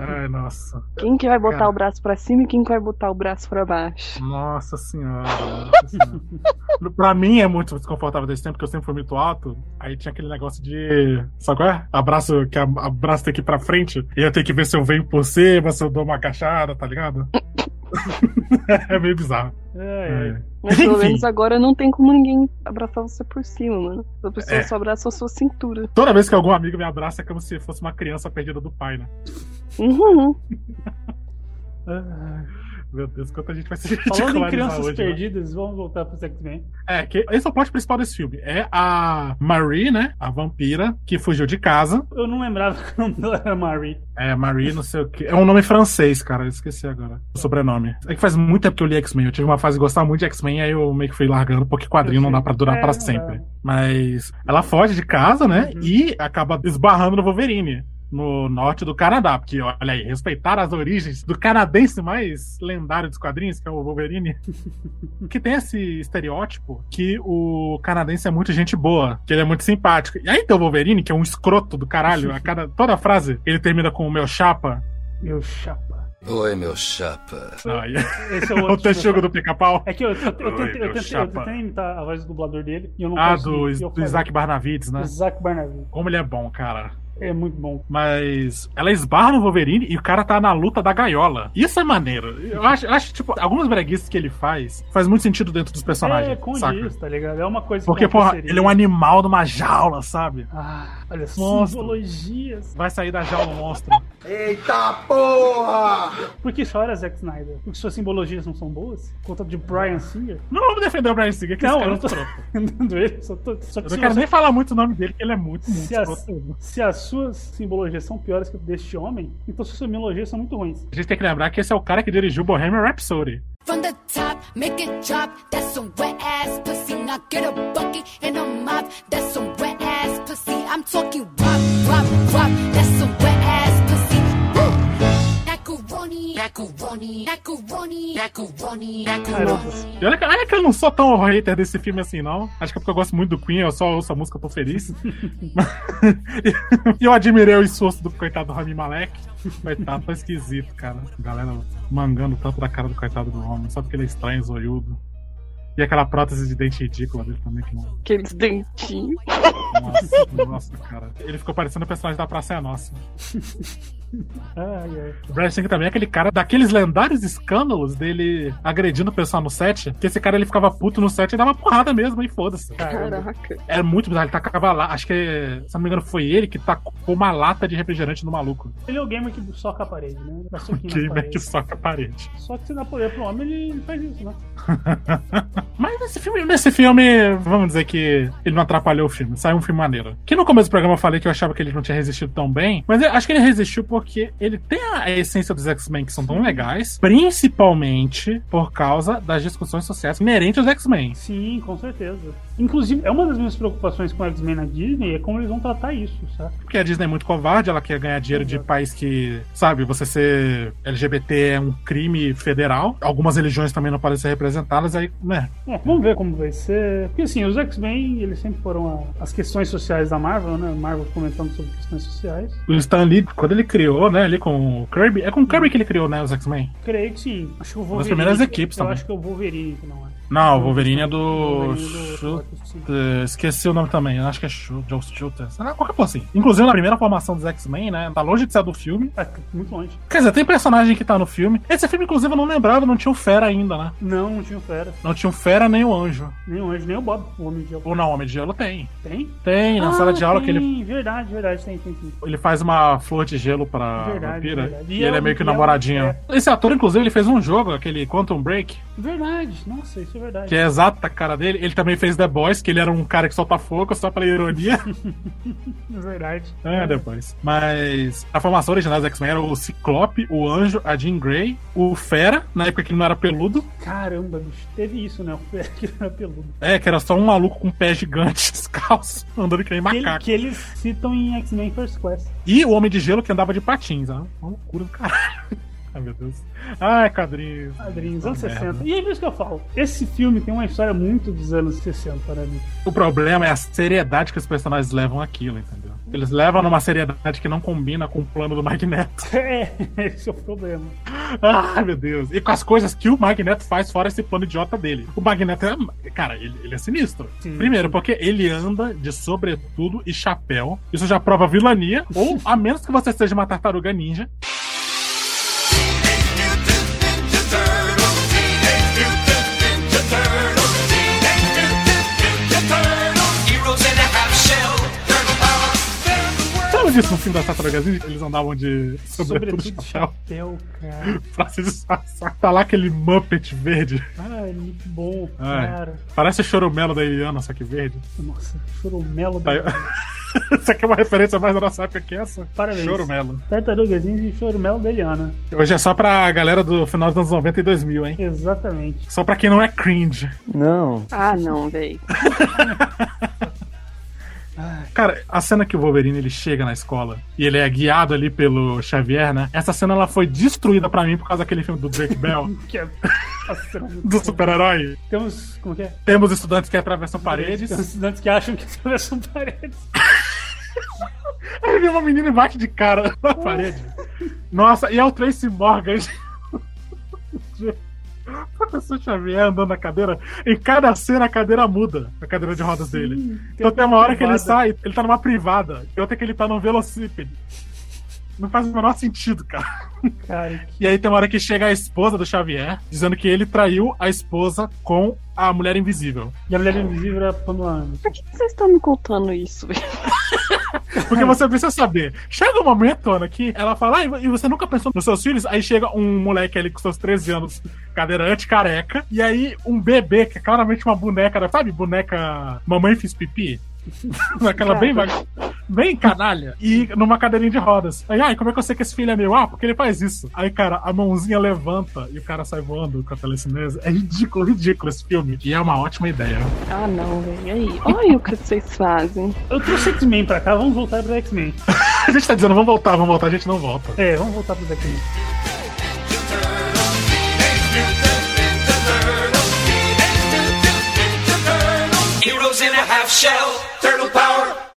Ai, nossa.
Quem que vai botar
Cara.
o braço pra cima e quem que vai botar o braço pra baixo?
Nossa senhora. Nossa senhora. pra mim é muito desconfortável desse tempo, porque eu sempre fui muito alto. Aí tinha aquele negócio de. Sabe qual é? Abraço, que a- abraço tem que ir pra frente. E eu tenho que ver se eu venho por cima, se eu dou uma cachada, tá ligado? é meio bizarro.
É, é.
É.
Mas pelo
Enfim.
menos agora não tem como ninguém abraçar você por cima, mano. A pessoa
É.
só abraça a sua cintura.
Toda vez que algum amigo me abraça é como se fosse uma criança perdida do pai, né?
Uhum.
Meu Deus, quanta gente vai se
Ah, Falando em
ridicularizar
crianças
hoje, né?
perdidas, vamos voltar pro X-Men.
É, que esse é o plot principal desse filme. É a Marie, né? A vampira, que fugiu de casa.
Eu não lembrava quando ela era Marie.
É, Marie, não sei o que. É um nome francês, cara. Eu esqueci agora. O sobrenome. É que faz muito tempo que eu li X-Men. Eu tive uma fase de gostar muito de X-Men, aí eu meio que fui largando, porque quadrinho não dá pra durar
É,
pra
não dá. Uhum.
sempre. Mas ela foge de casa, né? E acaba esbarrando no Wolverine. No norte do Canadá, porque olha aí, respeitar as origens do canadense mais lendário dos quadrinhos, que é o Wolverine. que tem esse estereótipo que o canadense é muito gente boa, que ele é muito simpático. E aí tem o Wolverine, que é um escroto do caralho. A cada, toda frase ele termina com o meu chapa.
Meu chapa.
Oi, meu chapa.
Não, aí-
Esse é o
o
outro.
texugo do pica-pau.
É que eu, eu, eu, tentei- eu,
Oi,
tentei,
meu
eu tentei- eu
chapa.
tentei imitar a voz do dublador dele e eu não
Ah, do,
consegui. Eu
do
falei,
Isaac Barnavides, né?
Isaac Barnaby.
Como ele é bom, cara.
É muito bom.
Mas ela esbarra no Wolverine e o cara tá na luta da gaiola. Isso é maneiro. Eu acho, eu acho tipo, algumas breguices que ele faz faz muito sentido dentro dos personagens.
é condiz,
saca?
tá ligado? É uma coisa
Porque,
que
porra,
aconteceria.
ele é um animal numa jaula, sabe?
Ah, olha,
Monstro.
simbologias.
Vai sair da jaula o monstro.
Eita porra!
Por que chora Zack Snyder? Porque suas simbologias não são boas? Conta de Brian Singer?
Não vamos defender o Brian Singer, que
Não,
esse cara
eu não
é
tô
escroto.
defendendo ele. Só tô, só que
Eu
se
não quero
você-
nem falar muito o nome dele, que ele é muito, muito
se as,
escroto.
se as suas simbologias são piores que a deste homem, então suas simbologias são muito ruins.
A gente tem que lembrar que esse é o cara que dirigiu Bohemian Rhapsody.
From the top, make it drop. That's some wet ass pussy. Now get a bucket and a mop. That's some wet ass pussy. I'm talking wop, wop, wop. That's some wet ass pussy. Woo! Macaroni, macaroni, macaroni, macaroni, macaroni.
E olha, que- olha que eu não sou tão hater desse filme assim, não. Acho que é porque eu gosto muito do Queen, eu só ouço a música, eu tô feliz. e eu admirei o esforço do coitado do Rami Malek. Coitado, tá esquisito, cara. A Galera mangando tanto da cara do coitado do homem, só porque ele é estranho, zoiudo. E aquela prótese de dente ridícula dele também, que não.
Aqueles dentinhos.
Nossa, nossa, cara. Ele ficou parecendo o personagem da Praça é Nossa.
Ai, ai.
O Brad Singer também é aquele cara daqueles lendários escândalos dele agredindo o pessoal no set. Que esse cara ele ficava puto no set e dava porrada mesmo, e foda-se.
Caraca.
Era muito bizarro. Ele tacava lá. Acho que, se não me engano, foi ele que tacou uma lata de refrigerante no maluco.
Ele é o gamer que soca a parede, né? Dá soquinho
Que
na
meio que
parede.
soca a parede.
Só que se dá poder pro homem, ele- ele faz isso, né?
Mas nesse filme, nesse filme, vamos dizer que ele não atrapalhou o filme. Saiu um filme maneiro. Que no começo do programa eu falei que eu achava que ele não tinha resistido tão bem. Mas eu acho que ele resistiu porque ele tem a essência dos X-Men que são tão legais. Principalmente por causa das discussões sociais inerentes aos X-Men.
Sim, com certeza. Inclusive, é uma das minhas preocupações com o X-Men na Disney é como eles vão tratar isso, sabe?
Porque a Disney é muito covarde, ela quer ganhar dinheiro de país que, sabe, você ser LGBT é um crime federal. Algumas religiões também não podem ser representadas, aí, né?
É, vamos ver como vai ser. Porque assim, os X-Men, eles sempre foram a- as questões sociais da Marvel, né? Marvel comentando sobre questões sociais.
O Stan Lee, quando ele criou, né, ali com o Kirby, é com o Kirby que ele criou, né, os X-Men?
Creio que sim. Acho que o Wolverine.
primeiras equipes
Eu
também.
acho que é o Wolverine que não é.
Não, o Wolverine é do.
Wolverine é do-
Shooter- Esqueci o nome também, eu acho que é Shooter, Joe Shooter, sei lá, qualquer coisa assim. Inclusive na primeira formação dos X-Men, né, tá longe de ser a do filme.
É, muito longe.
Quer dizer, tem personagem que tá no filme. Esse filme, inclusive, eu não lembrava, não tinha o Fera ainda, né?
Não, não tinha o Fera.
Não tinha o Fera nem o Anjo.
Nem o Anjo, nem o Bob, o Homem de Gelo.
Ou não, Homem de Gelo tem.
Tem?
Tem, na
Ah,
sala de aula que ele
tem, Verdade, verdade, tem, tem, tem.
Ele faz uma flor de gelo pra
Verdade,
vampira.
verdade.
E,
E
ele
é
é
um-
meio que
e
o
é um-
namoradinho. Esse ator, inclusive, ele fez um jogo, aquele Quantum Break,
Verdade, nossa, isso é verdade.
que é exato a cara dele. Ele também fez The Boys, que ele era um cara que solta fogo só pela ironia.
Verdade.
é, depois. Mas a formação original dos X-Men era o Ciclope, o Anjo, a Jean Grey, o Fera, na época que ele não era peludo.
Caramba, bicho, teve isso, né? O Fera que era peludo.
É, que era só um maluco com um pé gigante, descalço, andando que nem
Que, ele-
macaco.
que eles citam em X-Men First Class.
E o Homem de Gelo que andava de patins. né? Uma loucura do caralho. Ai, meu Deus. Ai, quadrinhos.
Quadrinhos, anos
Tá merda.
60. E é por isso que eu falo. Esse filme tem uma história muito dos anos 60, né, bicho?
O problema é a seriedade que os personagens levam aquilo, entendeu? Eles levam numa seriedade que não combina com o plano do Magneto.
É, esse é o problema.
Ai, Ah, meu Deus. E com as coisas que o Magneto faz fora esse plano idiota dele. O Magneto é. Cara, ele, ele é sinistro.
Sim.
Primeiro, porque ele anda de sobretudo e chapéu. Isso já prova vilania. ou, a menos que você seja uma tartaruga ninja. Sabe disso no filme das tartarugas ninja? Eles andavam de sobretudo,
Sobretudo
e chapéu.
chapéu, cara.
Pra se disfarçar. Tá lá aquele Muppet verde.
Ai, é muito bom,
Ai,
cara.
Parece o choromelo da Eliana, só que verde.
Nossa, choromelo
Tá,
da...
eu- Isso aqui é uma referência mais da nossa época que essa.
Parabéns.
Choromelo.
Tartarugazinho de choromelo da Eliana.
Hoje é só pra galera do final dos anos 90 e 2000, hein?
Exatamente.
Só pra quem não é cringe.
Não.
Ah, não, véi.
Cara, a cena que o Wolverine ele chega na escola e ele é guiado ali pelo Xavier, né? Essa cena ela foi destruída pra mim por causa daquele filme do Drake Bell,
Que é... Nossa, era muito
do
bom.
super-herói.
Temos... Como que é?
Temos estudantes que atravessam paredes.
Tem uns estudantes que acham que atravessam paredes.
Aí vem uma menina e bate de cara na parede. Nossa, e é o Tracy Morgan. O Professor Xavier andando na cadeira, em cada cena a cadeira muda, a cadeira de rodas dele. Então tem uma hora que ele
privada.
sai, ele tá numa privada, e outra que ele tá num velocípede. Não faz o menor sentido, cara.
Cara,
E aí tem uma hora que chega a esposa do Xavier, dizendo que ele traiu a esposa com a mulher invisível.
e a Mulher Invisível era a Pamela Anderson.
Por que vocês estão me contando isso, véi?
Porque você precisa saber. Chega uma mulhertona que ela fala, "Ah, e vo- e você nunca pensou nos seus filhos? Aí chega um moleque ali com seus 13 anos, cadeirante, careca, e aí um bebê, que é claramente uma boneca, da- sabe, boneca Mamãe Fiz Pipi? Aquela bem vaga. bem canalha, e numa cadeirinha de rodas. Aí, ai, como é que eu sei que esse filho é meu? Ah, porque ele faz isso. Aí, cara, a mãozinha levanta e o cara sai voando com a telecinese. É ridículo, ridículo esse filme. E é uma ótima ideia.
Ah, não, velho. E aí? Olha o que vocês fazem.
Eu trouxe X-Men pra cá, vamos voltar pra X-Men.
a gente tá dizendo, vamos voltar, vamos voltar, a gente não volta.
É, vamos voltar pro X-Men.
Heroes in a half shell, turtle power.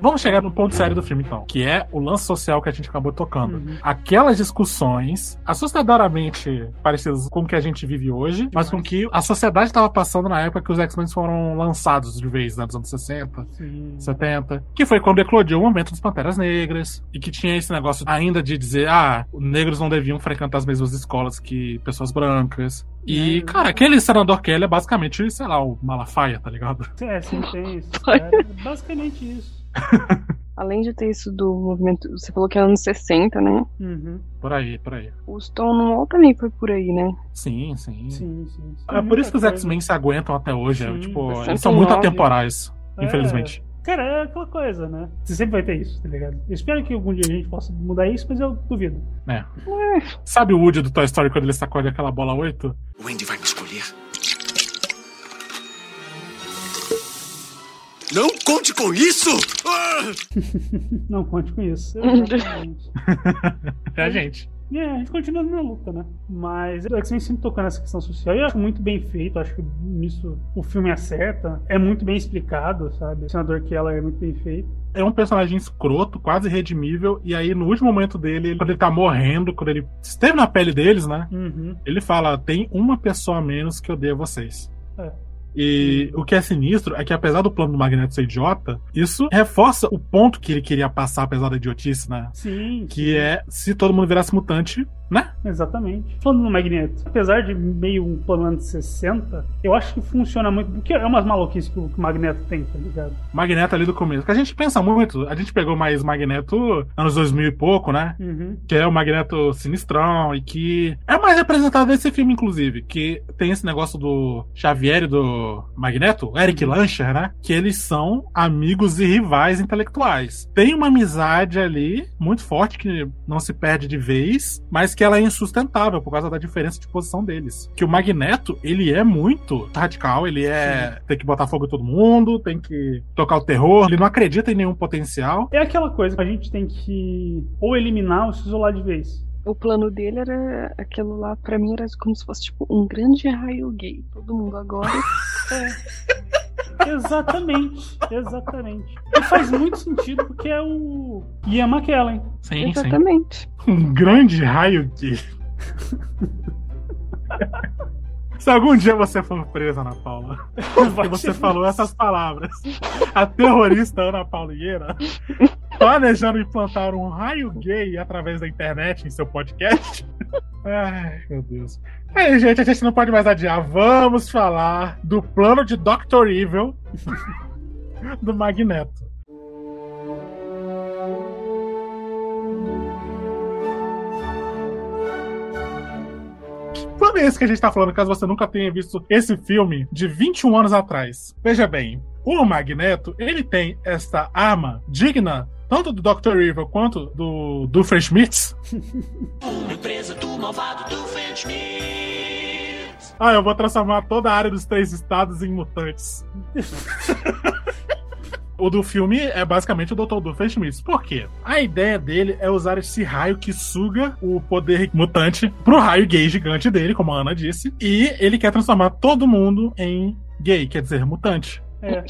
Vamos chegar no ponto sério do filme, então, que é o lance social que a gente acabou tocando. Aquelas discussões assustadoramente parecidas com o que a gente vive hoje, mas com que a sociedade estava passando na época que os X-Men foram lançados de vez, né, dos anos 60, 70, que foi quando eclodiu o momento dos Panteras Negras, e que tinha esse negócio ainda de dizer, ah, negros não deviam frequentar as mesmas escolas que pessoas brancas. E, cara, aquele senador Kelly é basicamente, sei lá, o Malafaia, tá ligado?
É, sim, tem isso. cara. É Basicamente isso.
Além de ter isso do movimento, você falou que é anos 60, né?
Por aí, por aí.
O Stone Wall também foi por aí, né?
Sim, sim.
Sim, sim.
É por isso que os X-Men se aguentam até hoje. é,
Sim,
tipo,
bastante
eles são muito
nove.
atemporais,
É.
infelizmente.
Cara, é aquela coisa, né? Você sempre vai ter isso, tá ligado? Eu espero que algum dia a gente possa mudar isso, mas eu duvido.
É. Sabe o Woody do Toy Story quando ele sacode aquela bola 8?
O Andy vai me escolher. Não conte com isso!
Não conte com isso. Exatamente.
É a gente.
E é, a gente continua na luta, né? Mas o X-Men sempre tocou nessa questão social e eu acho muito bem feito, acho que nisso o filme acerta. É muito bem explicado, sabe? O senador Keller é muito bem feito.
É um personagem escroto, quase redimível, e aí no último momento dele, ele- quando ele tá morrendo, quando ele esteve na pele deles, né?
Uhum.
Ele fala: tem uma pessoa a menos que eu dei a vocês.
É.
E o que é sinistro é que, apesar do plano do Magneto ser idiota, isso reforça o ponto que ele queria passar, apesar da idiotice, né?
Sim.
Que é se todo mundo virasse mutante, né?
Exatamente. Falando no Magneto, apesar de meio um plano anos 60, eu acho que funciona muito, porque é umas maluquices que o que o Magneto tem, tá ligado?
Magneto ali do começo. Que a gente pensa muito, a gente pegou mais Magneto anos 2000 e pouco, né?
Uhum.
Que é o Magneto sinistrão e que é mais representado nesse filme, inclusive. Que tem esse negócio do Xavier e do Magneto, Eric Lancher, né? Que eles são amigos e rivais intelectuais. Tem uma amizade ali muito forte que não se perde de vez, mas que ela é insustentável por causa da diferença de posição deles. Que o Magneto, ele é muito radical, ele é. tem que botar fogo em todo mundo, tem que tocar o terror, ele não acredita em nenhum potencial.
É aquela coisa que a gente tem que ou eliminar ou se isolar de vez.
O plano dele era aquilo lá, pra mim era como se fosse tipo um grande raio gay. Todo mundo agora. é
Exatamente, exatamente. E faz muito sentido porque é o Ian McKellen.
tá
Sim,
Exatamente.
Um grande raio de. Se algum dia você for presa, Ana Paula, porque você falou essas palavras, a terrorista Ana Paula Higuera, planejando implantar um raio gay através da internet em seu podcast. Ai, meu Deus. Aí, gente, a gente não pode mais adiar. Vamos falar do plano de Dr. Evil do Magneto. Plano é esse que a gente tá falando, caso você nunca tenha visto esse filme de 21 anos atrás. Veja bem, o Magneto, ele tem esta arma digna tanto do Dr. Evil quanto do, do Frank Schmitz.
Empresa do malvado do French
Ah, eu vou transformar toda a área dos três estados em mutantes. O do filme é basicamente o Dr. Duffer Schmitz. Por quê? A ideia dele é usar esse raio que suga o poder mutante pro raio gay gigante dele, como a Ana disse. E ele quer transformar todo mundo em gay, quer dizer, mutante.
É.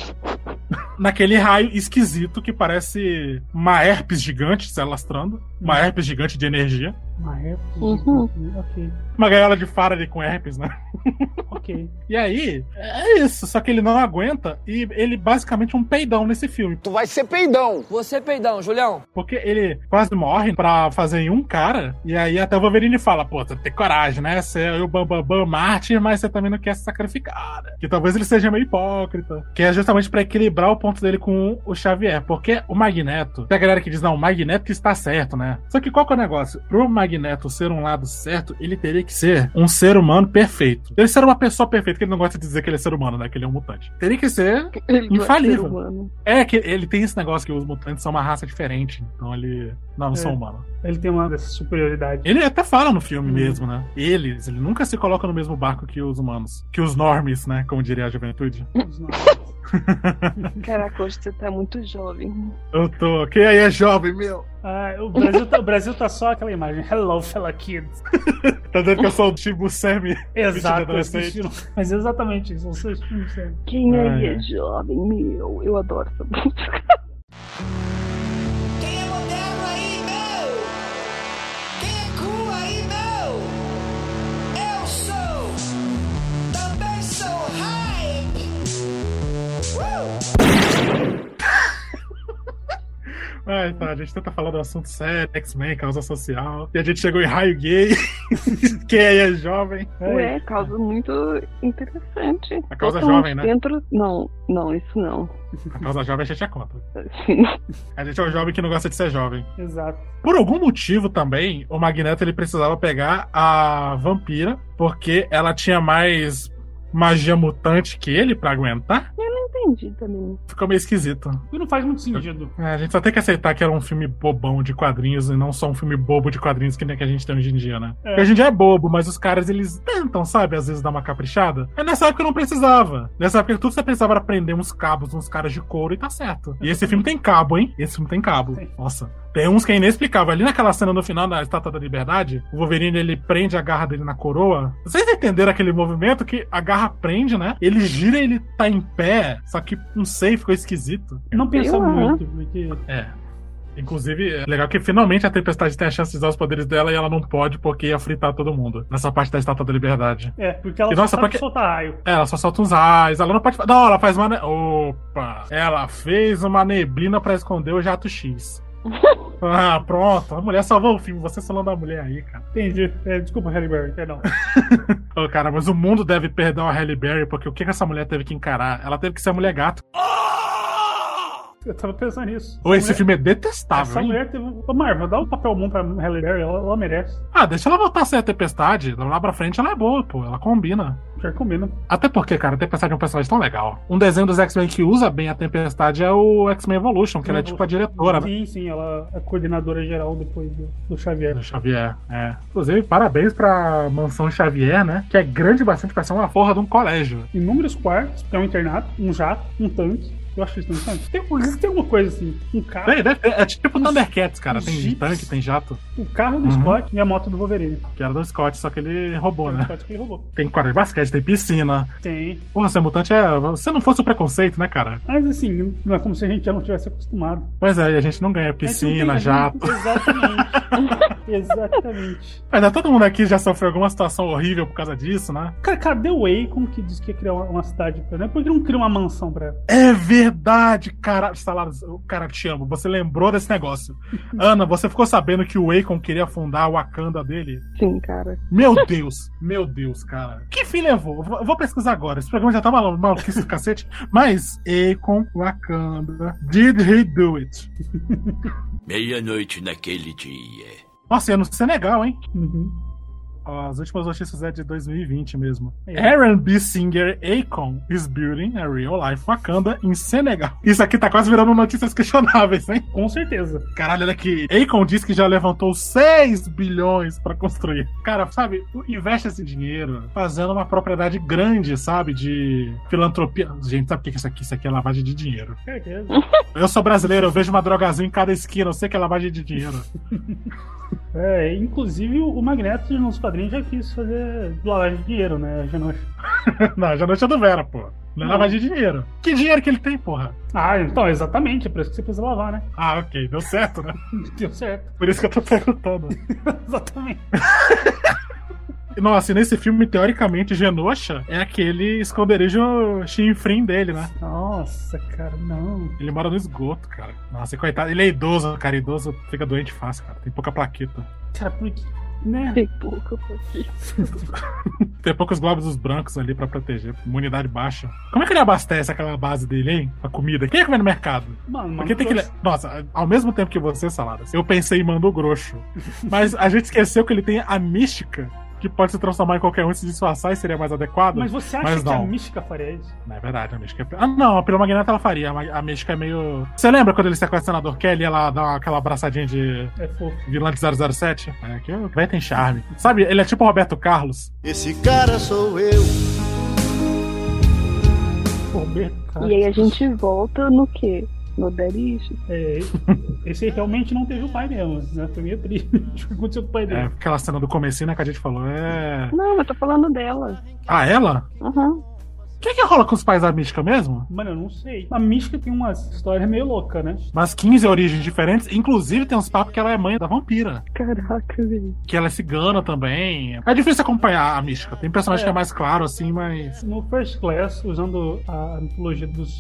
Naquele raio esquisito que parece uma herpes gigante se alastrando. Uma herpes gigante de energia.
Uma época.
Uhum.
Ok,
Uma gaiola de Faraday com herpes, né?
ok.
E aí, é isso. Só que ele não aguenta e ele basicamente é um peidão nesse filme.
Tu vai ser peidão. Você é peidão, Julião.
Porque ele quase morre pra fazer em um cara. E aí até o Wolverine fala, pô, você tem coragem, né? Você é o Bambambam Marte, mas você também não quer se sacrificar. né? Que talvez ele seja meio hipócrita. Que é justamente pra equilibrar o ponto dele com o Xavier. Porque o Magneto, tem a galera que diz, não, o Magneto que está certo, né? Só que qual que é o negócio? Pro Magneto ser um lado certo, ele teria que ser um ser humano perfeito. Ele ser uma pessoa perfeita, que ele não gosta de dizer que ele é ser humano, né? Que ele é um mutante. Teria que ser
Ele não é ser
infalível.
humano.
É que ele tem esse negócio que os mutantes são uma raça diferente, então ele não, não são
É. Hum.
humanos.
Ele tem uma dessa superioridade.
Ele até fala no filme mesmo, né? Eles, ele nunca se coloca no mesmo barco que os humanos, que os normes, né? Como diria a juventude.
Caraca, hoje você tá muito jovem.
Eu tô, quem aí é jovem, meu?
Ah, o, Brasil tá, o Brasil tá só aquela imagem. Hello, fella kids.
Tá dizendo que eu sou o Tibu Semi.
Exato,
adolescente.
eu assisti- mas exatamente isso. Vocês não sei.
Quem aí
Ah, é.
é jovem? Meu, eu adoro essa música.
Quem é moderno aí, meu? Quem é cool aí, meu? Eu sou, também sou hype.
Ai, tá, a gente tenta falar do assunto sério, X-Men, causa social. E a gente chegou em raio gay. quem aí é jovem?
Ué, causa muito interessante.
A causa
Totalmente
jovem, né?
Dentro... Não, não, isso não.
A causa jovem a gente é contra.
Sim.
A gente é um jovem que não gosta de ser jovem.
Exato.
Por algum motivo também, o Magneto ele precisava pegar a vampira, porque ela tinha mais magia mutante que ele pra aguentar.
Eu não entendi também.
Ficou meio esquisito.
E não faz muito sentido.
É, a gente só tem que aceitar que era um filme bobão de quadrinhos e não só um filme bobo de quadrinhos que nem que a gente tem hoje em dia, né?
É.
Porque Hoje em dia é bobo, mas os caras eles tentam, sabe? Às vezes dar uma caprichada. Mas nessa época não precisava. Nessa época tudo que você precisava era prender uns cabos, uns caras de couro e tá certo. E esse filme tem cabo, hein? Esse filme tem cabo. Nossa. Tem uns que é inexplicável. Ali naquela cena no final da Estátua da Liberdade, o Wolverine ele prende a garra dele na coroa. Vocês entenderam aquele movimento que a garra prende, né? Ele gira e ele tá em pé. Só que, não sei, ficou esquisito.
Não pensa
Eu, aham.
muito, porque.
É. Inclusive, é legal que finalmente a Tempestade tem a chance de usar os poderes dela e ela não pode porque ia fritar todo mundo nessa parte da Estátua da Liberdade.
É, porque ela
E
só
nossa,
sabe
pra que-
soltar raio.
É, Ela só solta uns raios, ela não pode. Não, ela faz uma. ne- Opa! Ela fez uma neblina pra esconder o Jato X. Ah, pronto. A mulher salvou o filme, você salvando a mulher aí, cara.
Entendi. É, desculpa, Harry Berry, perdão.
Ô, cara, mas o mundo deve perdoar a Halle Berry porque o que que essa mulher teve que encarar? Ela teve que ser a mulher gato.
Eu tava pensando nisso.
Ou esse
Mulher-
filme é
Essa
detestável, hein?
mulher teve. Ô, Marvel, dá um papel bom pra Halle Berry, ela, ela merece.
Ah, deixa ela voltar a ser a Tempestade. Lá pra frente ela é boa, pô. Ela combina.
Já combina.
Até porque, cara, a Tempestade é um personagem tão legal. Um desenho dos X-Men que usa bem a Tempestade é o X-Men Evolution, que ela é tipo a diretora, né?
Sim, sim, ela é coordenadora geral depois do, do Xavier.
Do Xavier, é. Inclusive, parabéns pra Mansão Xavier, né? Que é grande bastante pra ser uma porra de um colégio.
Inúmeros quartos, porque é um internato, um jato, um tanque. Eu acho que isso tem um tanque. Tem, um- tem alguma coisa assim, um carro.
Tem, deve ter- é tipo Thundercats, cara.
os
Tem
jipes.
tanque, tem jato.
O carro do
Uhum.
Scott e a moto do Wolverine.
Que era do Scott, só que ele roubou,
O
né?
Scott que ele roubou.
Tem quadra de basquete, tem piscina.
Tem.
Porra, ser mutante é. Se não fosse o preconceito, né, cara?
Mas assim, não é como se a gente já não tivesse acostumado.
Pois é, e a gente não ganha
A gente não né?
piscina,
tem- a gente-
jato.
Exatamente. Exatamente.
Mas né, todo mundo aqui já sofreu alguma situação horrível por causa disso, né?
Cara, cadê o Akon que diz que ia criar uma, uma cidade pra ela? Por que não cria uma mansão pra ela?
É verdade, cara. Salários, cara, te amo. Você lembrou desse negócio. Ana, você ficou sabendo que o Akon queria fundar a Wakanda dele?
Sim, cara.
Meu Deus, meu Deus, cara. Que fim levou? Eu vou- Eu vou pesquisar agora. Esse programa já tá malu- maluquice do cacete. Mas, Akon Wakanda. Did he do it?
Meia-noite naquele dia.
Nossa, ia no Senegal, hein?
Uhum.
Ó, As últimas notícias é de 2020 mesmo.
É.
Aaron B. Singer Akon is building a real life Wakanda em Senegal. Isso aqui tá quase virando notícias questionáveis, hein?
Com certeza.
Caralho, olha que Akon diz que já levantou 6 bilhões pra construir. Cara, sabe, investe esse dinheiro fazendo uma propriedade grande, sabe, de filantropia. Gente, sabe o que é isso aqui? Isso aqui é lavagem de dinheiro.
Certeza.
Eu sou brasileiro, eu vejo uma drogazinha em cada esquina, eu sei que é lavagem de dinheiro.
É, inclusive o Magneto nos quadrinhos já quis fazer lavagem de dinheiro, né? Já não acho-
não, já não tinha do Vera, pô. Não é
Não.
lavagem de dinheiro. Que dinheiro que ele tem, porra?
Ah, então, exatamente. É por isso que você precisa lavar, né?
Ah, ok, deu certo, né?
Deu certo.
Por isso que eu tô perguntando.
exatamente.
Nossa, e nesse filme, teoricamente, Genosha é aquele esconderijo chinfrim dele, né?
Nossa, cara, não.
Ele mora no esgoto, cara. Nossa, e coitado. Ele é idoso, cara. Idoso fica doente fácil, cara. Tem pouca plaqueta.
Cara, por que Né?
Tem pouca por aqui.
Tem poucos glóbulos brancos ali pra proteger. Imunidade baixa. Como é que ele abastece aquela base dele, hein? A comida. Quem é que vai no mercado?
Mano,
Porque tem que. le- Nossa, ao mesmo tempo que você, Saladas, eu pensei em Mando Grosso. Mas a gente esqueceu que ele tem a mística, que pode se transformar em qualquer um e se disfarçar e seria mais adequado.
Mas você acha
Mas
que a
não.
mística faria isso?
Não, é verdade, a mística. é- Ah, não, a piromagneta ela faria. A, ma- a mística é meio. Você lembra quando ele sequestra o senador Kelly e ela dá aquela abraçadinha de
É fofo.
vilã de 007? É, que o velho tem charme. Sabe, ele é tipo o Roberto Carlos.
Esse cara sou eu.
Roberto,
Ah,
cara.
E aí a gente volta no quê? No Darius?
É, esse aí realmente não teve o pai mesmo, né? Foi meio triste o que aconteceu com o pai
É,
dele.
aquela cena do comecinho, né, que a gente falou. É.
Não, eu tô falando dela.
Ah, ela?
Uhum.
O que, que rola com os pais da mística mesmo?
Mano, eu não sei. A mística tem uma história meio louca, né?
Mas 15 origens diferentes, inclusive tem uns papos que ela é mãe da vampira.
Caraca, velho.
Que ela é cigana também. É difícil acompanhar a mística. Tem personagem
É.
que é mais claro, assim, mas.
No First Class, usando a mitologia dos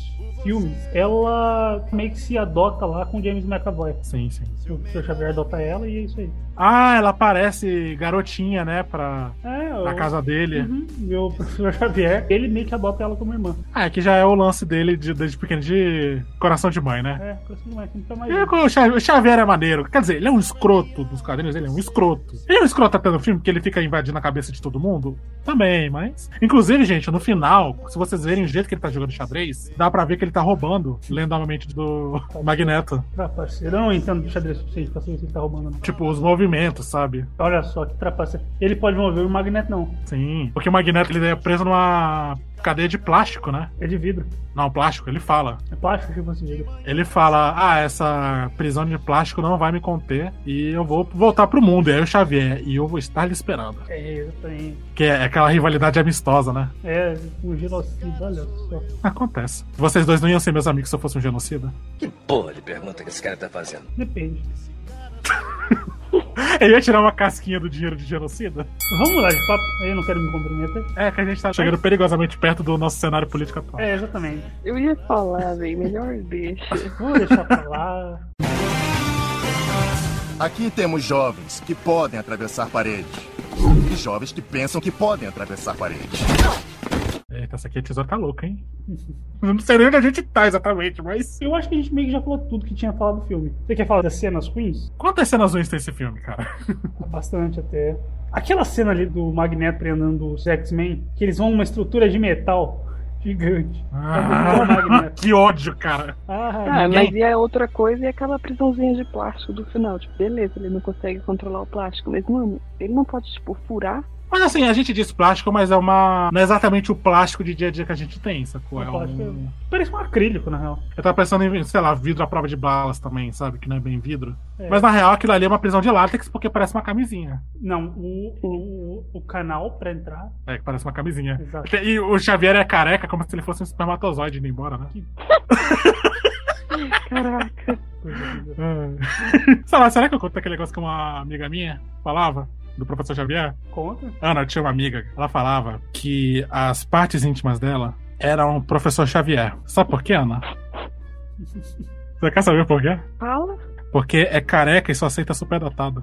filmes, ela meio que se adota lá com James McAvoy.
Sim, sim.
O Sr. Xavier adota ela e é isso aí.
Ah, ela parece garotinha, né? Pra,
É,
pra
o-
casa dele.
Uhum, meu professor Xavier, ele meio que adota ela como irmã.
Ah, que já é o lance dele de- desde pequeno de coração de mãe, né?
É, coisa demais, não tá mais.
É, o Xa- o Xavier é maneiro. Quer dizer, ele é um escroto dos quadrinhos, ele é um escroto. Ele é um escroto até no filme, porque ele fica invadindo a cabeça de todo mundo? Também, mas. Inclusive, gente, no final, se vocês verem o jeito que ele tá jogando xadrez, dá pra ver que ele tá roubando, lendo a mente do Magneto.
Trapaceiro, eu não entendo de xadrez suficiente pra saber se ele tá roubando, não.
Tipo, os movimentos, sabe?
Olha só que trapaceiro. Ele pode mover o magneto, não.
Sim. Porque o Magneto ele é preso numa cadeia de plástico, né?
É de vidro.
Não, plástico, ele fala.
É plástico tipo assim, vidro.
Ele fala: Ah, essa prisão de plástico não vai me conter e eu vou voltar pro mundo. E aí o Xavier, e eu vou estar lhe esperando.
É, exatamente.
Que é aquela rivalidade amistosa, né?
É, um genocídio, olha só.
Acontece. Vocês dois não iam ser meus amigos se eu fosse um genocida?
Porra de pergunta que esse cara tá fazendo.
Depende.
Eu ia tirar uma casquinha do dinheiro de genocida?
Vamos mudar de papo, eu não quero me comprometer.
É, que a gente tá chegando perigosamente perto do nosso cenário político atual.
É, exatamente.
Eu ia falar, velho. Melhor deixa.
Vamos deixar pra lá.
Aqui temos jovens que podem atravessar parede. E jovens que pensam que podem atravessar parede.
Eita, essa aqui a tesoura tá louca, hein? Eu não sei nem onde a gente tá exatamente, mas.
Eu acho que a gente meio que já falou tudo que tinha falado do filme. Você quer falar das cenas ruins?
Quantas cenas ruins tem esse filme, cara?
Tá Bastante até. Aquela cena ali do Magneto treinando os X-Men, que eles vão numa estrutura de metal gigante.
Ah,
Pra derrubar o Magneto.
que ódio, cara.
Ah,
Ah,
ninguém-
mas e a outra coisa é aquela prisãozinha de plástico do final. Tipo, beleza, ele não consegue controlar o plástico. Mas, mano, ele não pode, tipo, furar.
Mas assim, a gente diz plástico, mas é uma. Não é exatamente o plástico de dia a dia que a gente tem, sacou? É
Eu acho
um...
que- Parece um acrílico, na real.
Eu tava pensando em, sei lá, vidro à prova de balas também, sabe? Que não é bem vidro.
É.
Mas na real aquilo ali é uma prisão de látex porque parece uma camisinha.
Não, o, o, o canal pra entrar.
É, que parece uma camisinha.
Exato.
E o Xavier é careca como se ele fosse um espermatozoide indo embora, né?
Caraca.
Ah. sei lá, será que eu conto aquele negócio que uma amiga minha falava? Do professor Xavier?
Conta.
Ana, eu tinha uma amiga, ela falava que as partes íntimas dela eram o professor Xavier. Sabe por quê, Ana? Você quer saber por quê?
Fala.
Porque é careca e só aceita superdotado.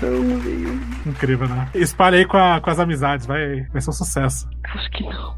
Não, velho.
Incrível, né? Espalha aí com, a- com as amizades, vai, vai ser um sucesso.
Acho que não.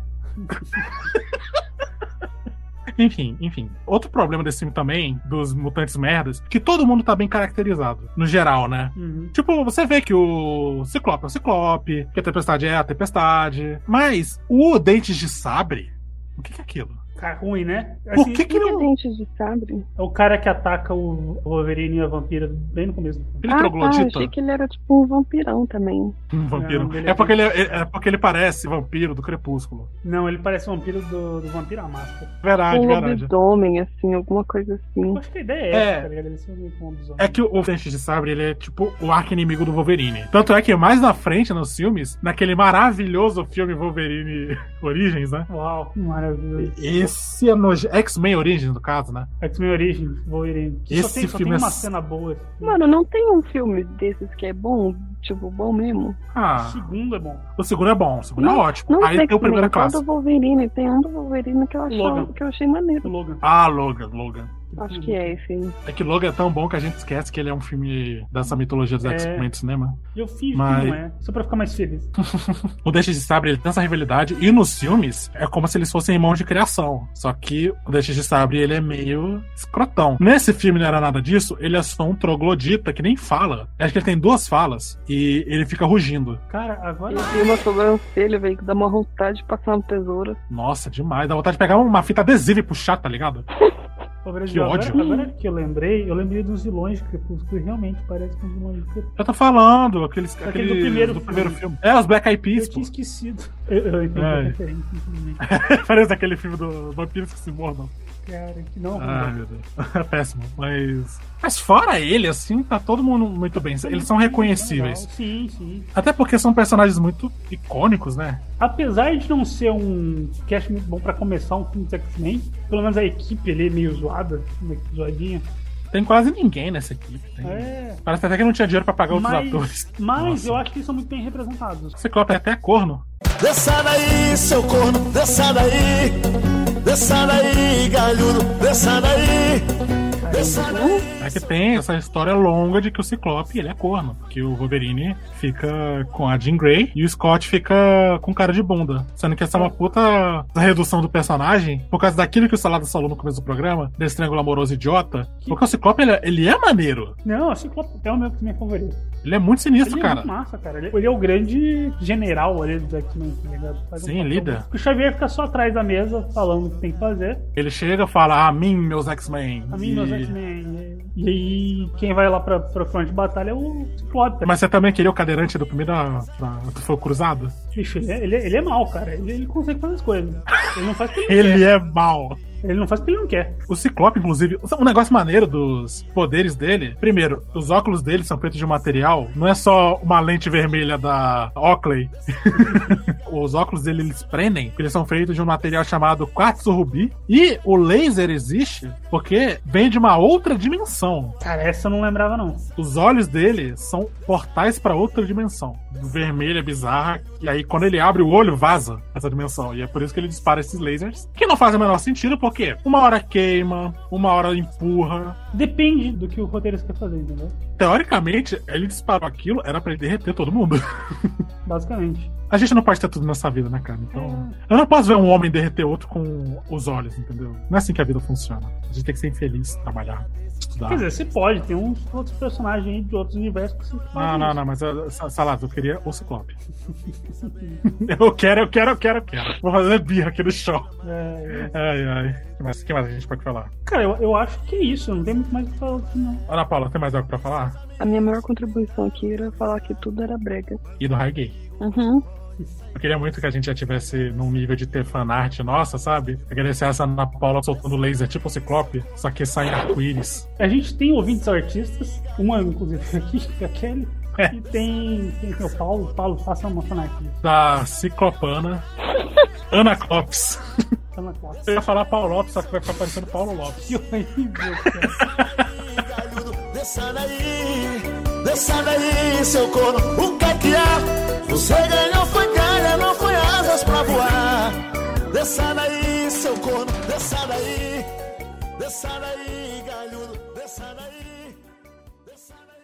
Enfim, enfim. Outro problema desse filme também, dos mutantes merdas, que todo mundo tá bem caracterizado, no geral, né?
Uhum.
Tipo, você vê que o Ciclope é o Ciclope, que a Tempestade é a Tempestade, mas o Dentes de Sabre, o que que é aquilo?
Ah,
Cara ruim, né?
Por
Assim,
que que não...
Dentes de sabre?
É o cara que ataca o Wolverine e a vampira bem no começo do filme.
Ele é
ah, tá,
troglodita?
achei que ele era, tipo, um vampirão também.
Um vampiro.
Não, ele é
é, porque ele, é é porque ele parece vampiro do Crepúsculo.
Não, ele parece o vampiro do, do Vampiro à Máscara.
Verdade,
um
Ah, verdade.
lobisomem, assim, alguma coisa assim.
Eu acho que a ideia é essa,
É.
tá ligado? Ele ser meio que um lobisomem.
É que o Dente de Sabre, ele é tipo o arco-inimigo do Wolverine. Tanto é que mais na frente, nos filmes, naquele maravilhoso filme Wolverine Origins, né?
Uau, maravilhoso.
Esse é nojo... X-Men Origins, no caso, né?
X-Men Origins, Wolverine. Que só
Esse
tem, só
filme
tem
é
uma
s-
cena boa. esse filme.
Mano, não tem um filme desses que é bom, tipo, bom mesmo?
O
Ah,
segundo é bom.
o segundo é bom, o segundo é ótimo.
Não
Aí
sei
tem o
que nem
primeiro é
qual do
clássico.
Wolverine, tem um do Wolverine que eu, achava,
Logan. tá
que eu achei maneiro.
O Logan.
Ah, Logan, Logan.
Acho que é esse aí.
É que Logan é tão bom que a gente esquece que ele é um filme dessa mitologia dos
É.
X-Men do cinema.
Eu finjo
Mas-
que não é, só pra ficar mais feliz.
O Dente de Sabre ele tem essa rivalidade e nos filmes é como se eles fossem irmãos de criação. Só que o Dente de Sabre ele é meio escrotão. Nesse filme não era nada disso, ele é só um troglodita que nem fala. Acho que ele tem duas falas e ele fica rugindo.
Cara, agora.
Ele tem uma sobrancelha, velho, que dá uma vontade de passar uma tesoura.
Nossa, demais. Dá vontade de pegar uma fita adesiva e puxar, tá ligado?
Ô, Brasil,
Que
agora,
ódio.
agora que eu lembrei, eu lembrei dos vilões de Crepúsculo e realmente parece com os vilões de Crepúsculo.
Eu tô falando, aqueles,
Aquele
aqueles
do primeiro
filme. É, os Black Eyed Peas,
Eu
pô.
tinha esquecido. Eu, eu entendi
Ai.
a referência, infelizmente.
Parece aquele filme do Vampiros que se mordam.
Cara, que não.
Ah, meu Deus. É péssimo, mas. Mas fora ele, assim, tá todo mundo muito bem. Eles são reconhecíveis.
Sim, sim.
Até porque são personagens muito icônicos, né?
Apesar de não ser um cast muito bom pra começar um filme de X-Men, pelo menos a equipe ali é meio zoada, meio que zoadinha.
Tem quase ninguém nessa equipe. Tem-
É.
Parece até que não tinha dinheiro pra pagar outros
mas
atores.
mas eu acho que eles são muito bem representados.
Ciclope é até corno.
Desça daí, seu corno, desça daí. Desça daí, galhudo, desça daí. Desça daí.
É que tem essa história longa de que o Ciclope ele é corno. Que o Wolverine fica com a Jean Grey e o Scott fica com cara de bunda. Sendo que essa é uma puta redução do personagem por causa daquilo que o Salada falou no começo do programa, desse triângulo amoroso idiota. Porque o Ciclope ele, é- ele é maneiro.
Não, o Ciclope é o meu X-Men favorito.
Ele é muito sinistro,
ele é
cara.
muito massa, cara. Ele, ele é o grande general ali do X-Men, tá ligado? Faz
Sim,
papel-
líder.
O Xavier fica só atrás da mesa falando o que tem que fazer.
Ele chega e fala: A mim, meus X-Men.
A mim, meus
E-
X-Men. E aí, quem vai lá pra, pra frente de batalha é o Ciclope.
Mas você também queria o cadeirante do primeiro. Da, do Fogo Cruzado?
Bicho, ele é, ele é- ele é mau, cara. Ele, ele consegue fazer as coisas. Ele não faz o que ele,
Ele
quer.
é mal.
Ele não faz porque ele não quer.
O Ciclope, inclusive, um negócio maneiro dos poderes dele. Primeiro, os óculos dele são feitos de um material. Não é só uma lente vermelha da Oakley. os óculos dele eles prendem, porque eles são feitos de um material chamado quartzo rubi. E o laser existe porque vem de uma outra dimensão.
Cara, essa eu não lembrava, não.
Os olhos dele são portais pra outra dimensão. Vermelha, bizarra. E aí, quando ele abre o olho, vaza essa dimensão. E é por isso que ele dispara esses lasers. Que não faz o menor sentido, porque uma hora queima, uma hora empurra.
Depende do que o roteirista quer fazer, entendeu?
Teoricamente, ele disparou aquilo, era pra ele derreter todo mundo.
Basicamente.
A gente não pode ter tudo nessa vida, né, cara? Então. Eu não posso ver um homem derreter outro com os olhos, entendeu? Não é assim que a vida funciona. A gente tem que ser infeliz, trabalhar, estudar.
Quer dizer, você pode, tem uns outros personagens aí de outros universos que você
Não, não, não, mas eh, sa- Salado, eu queria o Ciclope. Eu quero, eu quero, eu quero, eu quero. Vou fazer birra aqui no show.
É,
Ai, ai. O que mais, que mais a gente pode falar?
Cara, eu, eu acho que é isso, não tem muito mais o que falar aqui, não.
Ana Paula, tem mais algo pra falar?
A minha maior contribuição aqui era falar que tudo era brega.
E do High Gay.
Uhum.
Eu queria muito que a gente já tivesse num nível de ter fanart nossa, sabe? Agradecer essa Ana Paula soltando laser tipo o Ciclope, só que sai arco-íris.
A gente tem ouvintes artistas, uma inclusive aqui, que é a Kelly, e tem, tem, tem o Paulo, Paulo, faça uma fanart.
Da Ciclopana. Ana Clopes.
Tá na classe.
Eu ia falar Paulo Lopes, só que vai ficar parecendo Paulo Lopes.
Que horrível, cara.
Desça daí, desça daí, seu corno, o que é que há? Você ganhou foi calha, não foi asas pra voar. Desça daí, seu corno, desça daí, desça daí, galhudo, desça daí. desça daí.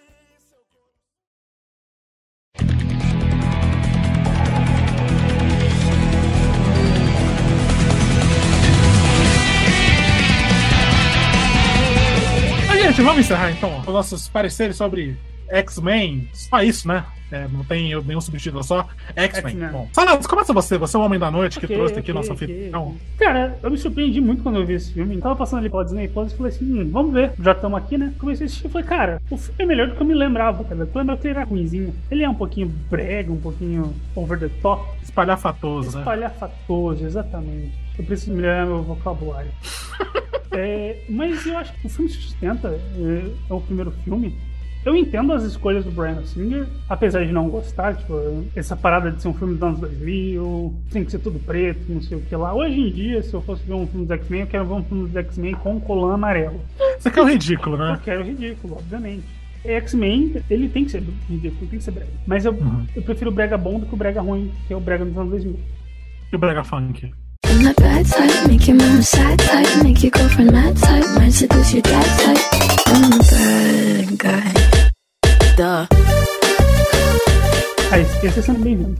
Mas, gente, vamos encerrar então os nossos pareceres sobre X-Men. Só isso, né? É, não tem nenhum subtítulo, só X-Men.
X-Men.
Bom, Salados, começa você. Você é o homem da noite que
Ok,
trouxe aqui
ok,
nossa É um
ok.
anfitrião.
Cara, eu me surpreendi muito quando eu vi esse filme. Tava passando ali pela Disney Plus e falei assim, hum, vamos ver. Já estamos aqui, né? Comecei a assistir e falei, cara, o filme é melhor do que eu me lembrava, cara. Eu lembrava que ele era ruimzinho. Ele é um pouquinho brega, um pouquinho over the top.
Espalhafatoso, né?
Espalhafatoso, exatamente. Eu preciso melhorar meu vocabulário. É, mas eu acho que o filme se sustenta, é, é o primeiro filme. Eu entendo as escolhas do Brian Singer, apesar de não gostar, tipo, essa parada de ser um filme dos anos 2000, tem que ser tudo preto, não sei o que lá. Hoje em dia, se eu fosse ver um filme dos X-Men, eu quero ver um filme dos X-Men com colã amarelo.
Você quer o ridículo, né?
Eu quero ridículo, obviamente. X-Men, ele tem que ser ridículo, tem que ser brega. Mas eu, eu prefiro o brega bom do que o brega ruim, que é o brega dos anos 2000.
E o Brega Funk.
Desça daí,
You're my bad type, make your mama sad type, make your girlfriend mad type, might seduce your dad type. I'm a bad guy.
Duh. Ah, esse é sempre bem-vindo.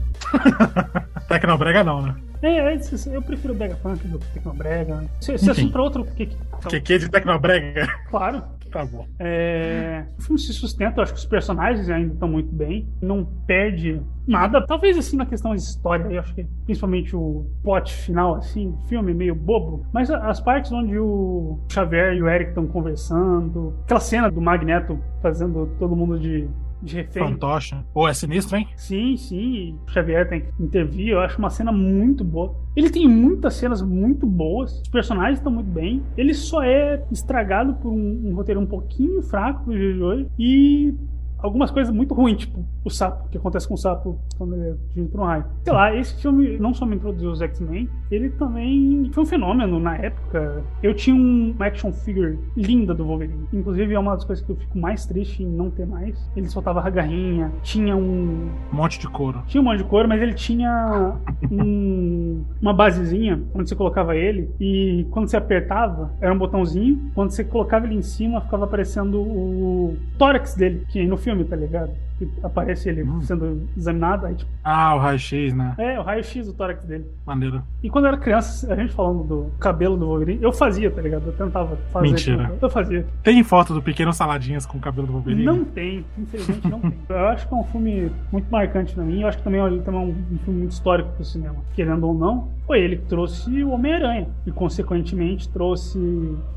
Tecnobrega não, né?
É, é, se- se- eu prefiro o Vegapunk do que o Tecnobrega. Se, se
Enfim.
assunto pra outro, o que que.
Que que é de Tecnobrega?
Claro.
Tá bom.
É, o filme se sustenta, eu acho que os personagens ainda estão muito bem. Não perde nada. Talvez assim na questão de história, eu acho que principalmente o plot final, assim, o filme é meio bobo. Mas a- as partes onde o Xavier e o Eric estão conversando, aquela cena do Magneto fazendo todo mundo de, de refém.
Fantoche. Pô, é sinistro, hein?
Sim, sim. O Xavier tem que intervir. Eu acho uma cena muito boa. Ele tem muitas cenas muito boas. Os personagens estão muito bem. Ele só é estragado por um, um roteiro um pouquinho fraco pro dia de hoje. E algumas coisas muito ruins, tipo o sapo, o que acontece com o sapo quando ele é atingido por um raio. Sei lá, esse filme não só me introduziu os X-Men, ele também foi um fenômeno na época. Eu tinha um action figure linda do Wolverine. Inclusive, é uma das coisas que eu fico mais triste em não ter mais. Ele soltava a garrinha, tinha um
Um monte de couro.
tinha um monte de couro, mas ele tinha um- uma basezinha onde você colocava ele e quando você apertava, era um botãozinho. Quando você colocava ele em cima, ficava aparecendo o tórax dele, que no filme, tá ligado? Que aparece ele sendo examinado, aí tipo,
Ah, o raio-x, né?
é, o raio-x do tórax dele.
Maneiro.
E quando eu era criança, a gente falando do cabelo do Wolverine, eu fazia, tá ligado? Eu tentava fazer.
Mentira.
Eu fazia.
Tem foto do pequeno Saladinhas com o cabelo do Wolverine?
Não tem, infelizmente não tem. Eu acho que é um filme muito marcante pra mim. Eu acho que também, ele também é um um filme muito histórico pro cinema. Querendo ou não, foi ele que trouxe o Homem-Aranha. E, consequentemente, trouxe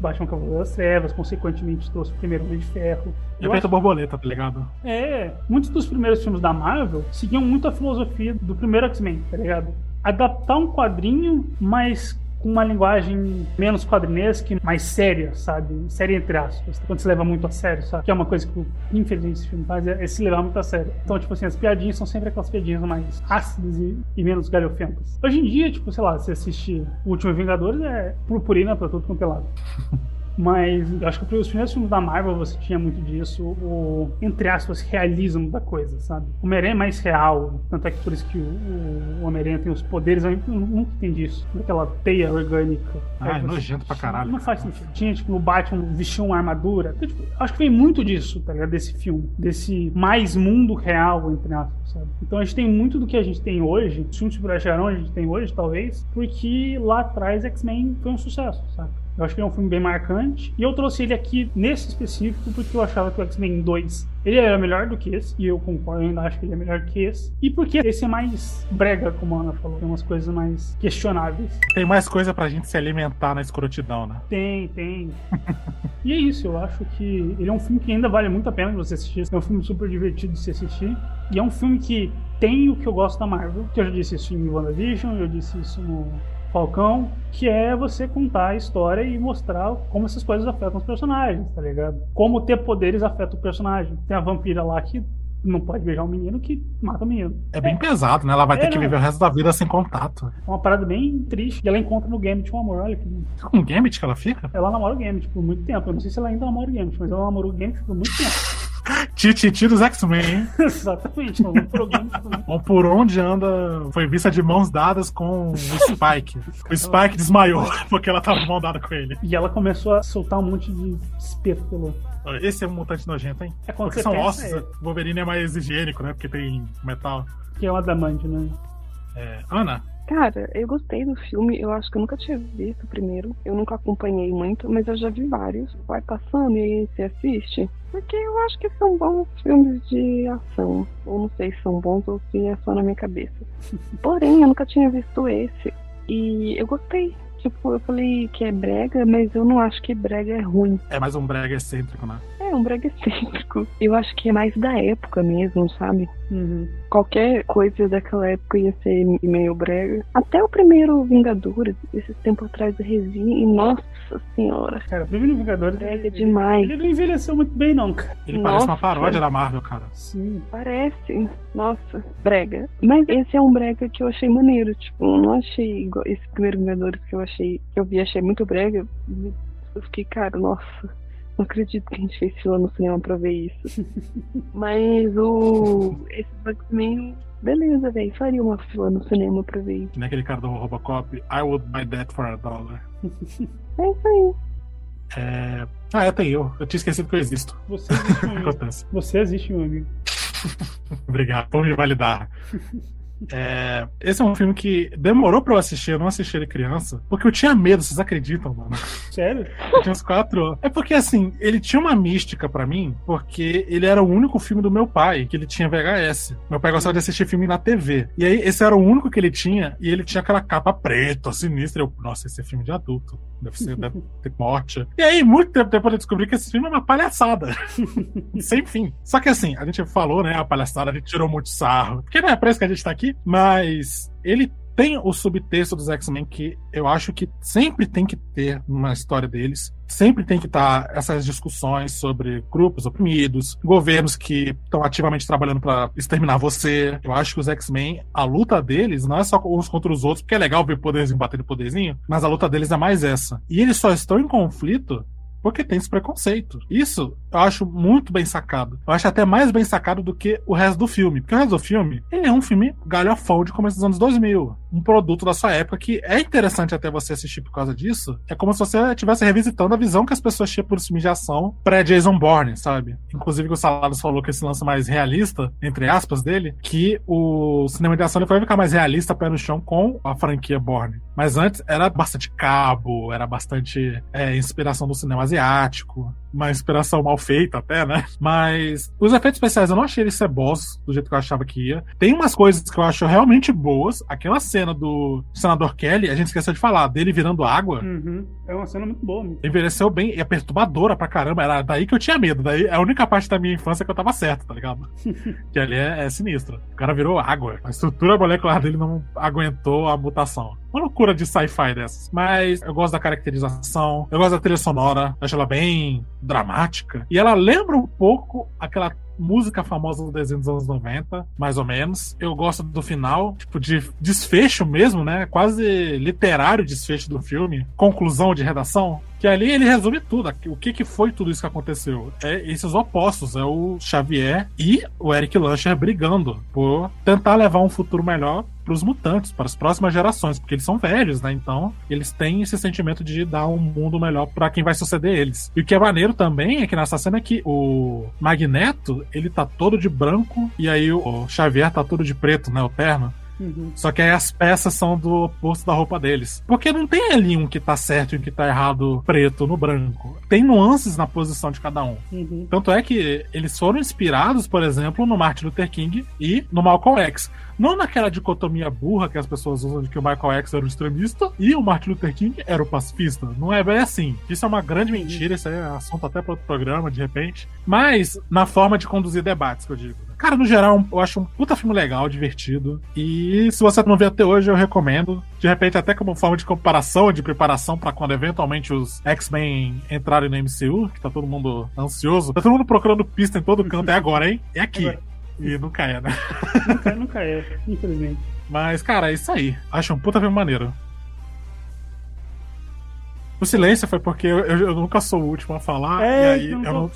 Batman Cavaleiro das Trevas. Consequentemente, trouxe o primeiro Homem de Ferro. Eu
Efeito
acho-
borboleta, tá ligado?
é, muitos dos primeiros filmes da Marvel seguiam muito a filosofia do primeiro X-Men, tá ligado? Adaptar um quadrinho, mas com uma linguagem menos quadrinesca, e mais séria, sabe? Séria entre aspas. tá? Quando se leva muito a sério, sabe? Que é uma coisa que, infelizmente, esse filme faz, é, é se levar muito a sério. Então, tipo assim, as piadinhas são sempre aquelas piadinhas mais ácidas e, e menos galhofentas. Hoje em dia, tipo, sei lá, se assistir O Último Vingadores, é purpurina pra tudo quanto é lado. Mas eu acho que os primeiros filmes da Marvel você tinha muito disso, o, entre aspas, realismo da coisa, sabe? O Homem-Aranha é mais real, tanto é que por isso que o, o Homem-Aranha tem os poderes, é um, eu nunca entendi isso, daquela teia orgânica.
Ah,
Aí
é
você-
nojento pra caralho.
Não faz sentido. Tinha, tipo, no Batman vestir uma armadura. Então, tipo, acho que vem muito disso, tá ligado? Desse filme, desse mais mundo real, entre aspas, sabe? Então a gente tem muito do que a gente tem hoje, os filmes de super-herói a gente tem hoje, talvez, porque lá atrás X-Men foi um sucesso, sabe? Eu acho que é um filme bem marcante. E eu trouxe ele aqui nesse específico porque eu achava que o X-Men 2 ele era melhor do que esse. E eu concordo, eu ainda acho que ele é melhor que esse. E porque esse é mais brega, como a Ana falou. Tem umas coisas mais questionáveis.
Tem mais coisa pra gente se alimentar na escrotidão, né?
Tem, tem. e é isso, eu acho que ele é um filme que ainda vale muito a pena de você assistir. É um filme super divertido de se assistir. E é um filme que tem o que eu gosto da Marvel. Que eu já disse isso em WandaVision, eu disse isso no Falcão. Que é você contar a história e mostrar como essas coisas afetam os personagens, tá ligado? Como ter poderes afeta o personagem. Tem a vampira lá que não pode beijar o menino que mata o menino.
É bem pesado, né? Ela vai
É,
ter que
não.
viver o resto da vida sem contato.
É uma parada bem triste. E ela encontra no Gambit um amor, olha que lindo.
Com o Gambit que ela fica?
Ela namora o Gambit por muito tempo. Eu não sei se ela ainda namora o Gambit, mas ela namorou o Gambit por muito tempo.
Tititi dos X-Men, hein?
Exatamente, ela namorou o Gambit por muito
Bom, por onde anda foi vista de mãos dadas com o Spike. O Spike desmaiou porque ela tava de mão dada com ele.
E ela começou a soltar um monte de espeto pelo.
Esse é um mutante nojento, hein?
É quando
porque
você
são
pensa,
ossos.
é.
O Wolverine é mais higiênico, né? Porque tem metal.
que é um adamante, né?
É, Ana,
Cara, eu gostei do filme. Eu acho que eu nunca tinha visto o primeiro. Eu nunca acompanhei muito, mas eu já vi vários. Vai passando e aí você assiste. Porque eu acho que são bons filmes de ação. Ou não sei se são bons ou se é só na minha cabeça. Porém, eu nunca tinha visto esse. E eu gostei. Tipo, eu falei que é brega, mas eu não acho que brega é ruim.
é mais um brega excêntrico, né?
É um brega excêntrico. Eu acho que é mais da época mesmo, sabe?
Uhum.
Qualquer coisa daquela época ia ser meio brega. Até o primeiro Vingadores, esses tempos atrás eu revi e nossa senhora.
Cara, o primeiro Vingadores.
Brega demais.
Ele não envelheceu muito bem, não, cara.
Ele parece uma paródia da Marvel, cara.
Sim.
Parece. Nossa, brega. Mas esse é um brega que eu achei maneiro. Tipo, eu não achei igual esse primeiro Vingadores que eu achei, que eu vi, achei muito brega. Eu fiquei, cara, nossa, não acredito que a gente fez fila no cinema pra ver isso. Mas o. Esse Bugs Man Beleza, velho. Faria uma fila no cinema pra ver isso.
Que nem Né, aquele cara do Robocop. I would buy that for a dollar.
É isso aí.
É... Ah, é, tem eu. Eu tinha esquecido que eu existo.
Você existe, meu amigo.
Acontece.
Você existe, meu amigo.
Obrigado por me validar. É, esse é um filme que demorou pra eu assistir, eu não assisti ele criança, porque eu tinha medo, vocês acreditam, mano?
Sério?
Eu tinha uns quatro anos. É porque, assim, ele tinha uma mística pra mim, porque ele era o único filme do meu pai, que ele tinha VHS. Meu pai gostava de assistir filme na TV. E aí, esse era o único que ele tinha, e ele tinha aquela capa preta, sinistra. Eu, nossa, esse é filme de adulto. Deve ser, deve ter morte. E aí, muito tempo depois eu descobri que esse filme é uma palhaçada. Sem fim. Só que assim, a gente falou, né, a palhaçada, a gente tirou muito sarro. Porque não é pra isso que a gente tá aqui, mas ele tem o subtexto dos X-Men que eu acho que sempre tem que ter numa história deles. Sempre tem que estar essas discussões sobre grupos oprimidos, governos que estão ativamente trabalhando para exterminar você. Eu acho que os X-Men, a luta deles não é só uns contra os outros, porque é legal ver poderzinho batendo poderzinho, mas a luta deles é mais essa. E eles só estão em conflito porque tem esse preconceito. Isso eu acho muito bem sacado. Eu acho até mais bem sacado do que o resto do filme. Porque o resto do filme, ele é um filme galhofão de começo dos anos 2000. Um produto da sua época que é interessante até você assistir por causa disso. É como se você estivesse revisitando a visão que as pessoas tinham por filmes de ação pré-Jason Bourne, sabe? Inclusive que o Salados falou que esse lance mais realista, entre aspas, dele, que o cinema de ação ele vai ficar mais realista pé no chão com a franquia Bourne. Mas antes era bastante cabo, era bastante é, inspiração do cinema asiático, uma inspiração mal feita até, né? Mas os efeitos especiais eu não achei eles cebosos do jeito que eu achava que ia. Tem umas coisas que eu acho realmente boas. Aquela cena do senador Kelly, a gente esqueceu de falar, dele virando água.
Uhum. É uma cena muito boa, amigo.
Envelheceu bem e é perturbadora pra caramba. Era daí que eu tinha medo. Daí é a única parte da minha infância que eu tava certo, tá ligado? que ali é, é sinistra. O cara virou água. A estrutura molecular dele não aguentou a mutação. Uma loucura de sci-fi dessas. Mas eu gosto da caracterização, eu gosto da trilha sonora, acho ela bem dramática. E ela lembra um pouco aquela música famosa do desenho dos anos 90, mais ou menos. Eu gosto do final, tipo, de desfecho mesmo, né? Quase literário desfecho do filme. Conclusão de redação. Que ali ele resume tudo. O que, que foi tudo isso que aconteceu? É esses opostos. É o Xavier e o Eric Lancher brigando por tentar levar um futuro melhor para os mutantes, para as próximas gerações, porque eles são velhos, né? Então, eles têm esse sentimento de dar um mundo melhor para quem vai suceder eles. E o que é maneiro também é que nessa cena que o Magneto, ele tá todo de branco e aí o Xavier tá todo de preto, né? O terno.
Uhum.
Só que aí as peças são do oposto da roupa deles. Porque não tem ali um que tá certo e um que tá errado preto no branco. Tem nuances na posição de cada um.
Uhum.
Tanto é que eles foram inspirados, por exemplo, no Martin Luther King e no Malcolm X. Não naquela dicotomia burra que as pessoas usam de que o Michael X era o extremista e o Martin Luther King era o pacifista. Não é bem assim. Isso é uma grande mentira, isso aí é assunto até para outro programa, de repente. Mas na forma de conduzir debates, que eu digo. né? Cara, no geral, eu acho um puta filme legal, divertido. E se você não viu até hoje, eu recomendo. De repente, até como forma de comparação, de preparação para quando eventualmente os X-Men entrarem no MCU, que tá todo mundo ansioso. Tá todo mundo procurando pista em todo canto, é agora, hein? É aqui.
Agora.
E nunca é, né?
Nunca, nunca é, infelizmente.
Mas, cara, é isso aí. Acho um puta filme maneiro. O silêncio foi porque eu, eu- eu nunca sou o último a falar.
É,
Ah, e aí
então,
eu não.
não...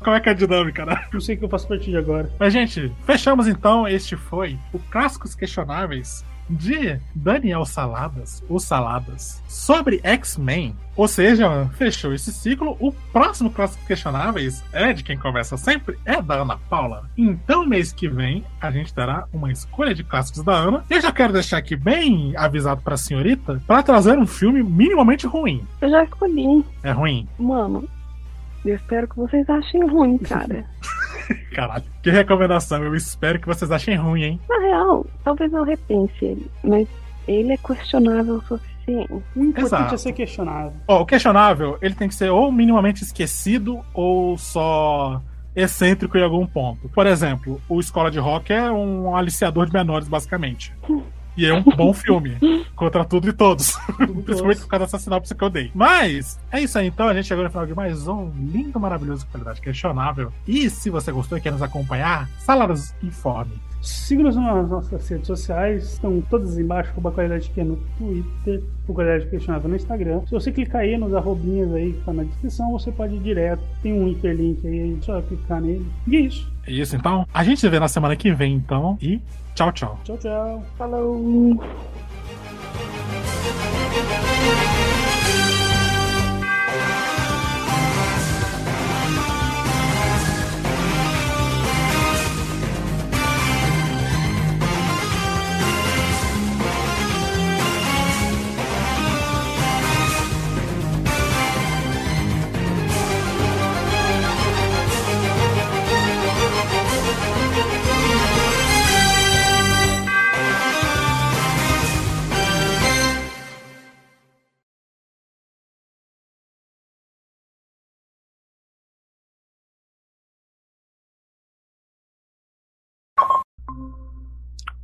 Como é que é a dinâmica, né?
não sei o que eu faço a partir de agora.
Mas, gente, fechamos então. Este foi o Clássicos Questionáveis de Daniel Saladas, ou Saladas, sobre X-Men. Ou seja, fechou esse ciclo. O próximo Clássicos Questionáveis é de quem conversa sempre, é da Ana Paula. Então, mês que vem, a gente terá uma escolha de clássicos da Ana. E eu já quero deixar aqui bem avisado pra senhorita, pra trazer um filme minimamente ruim.
Eu já escolhi, hein?
É ruim?
Mano, eu espero que vocês achem ruim, cara.
Caralho. Que recomendação. Eu espero que vocês achem ruim, hein?
Na real, talvez eu repense ele, mas ele é questionável o suficiente.
O importante
Exato.
é ser questionado.
Ó, o questionável, ele tem que ser ou minimamente esquecido ou só excêntrico em algum ponto. Por exemplo, o Escola de Rock é um aliciador de menores, basicamente. E é um bom filme. Contra tudo e todos. Principalmente por causa dessa sinopse que eu dei. Mas é isso aí, então. A gente chegou no final de mais um lindo, maravilhoso, qualidade questionável. E se você gostou e quer nos acompanhar, Saladas Informe.
Siga-nos nas nossas redes sociais, estão todas embaixo, arroba qualidade que é no Twitter, o qualidade questionável no Instagram. Se você clicar aí nos arrobinhas aí que tá na descrição, você pode ir direto, tem um hiperlink aí, é só clicar nele. E é isso.
É isso então. A gente se vê na semana que vem, então. E tchau, tchau.
Tchau, tchau. Falou.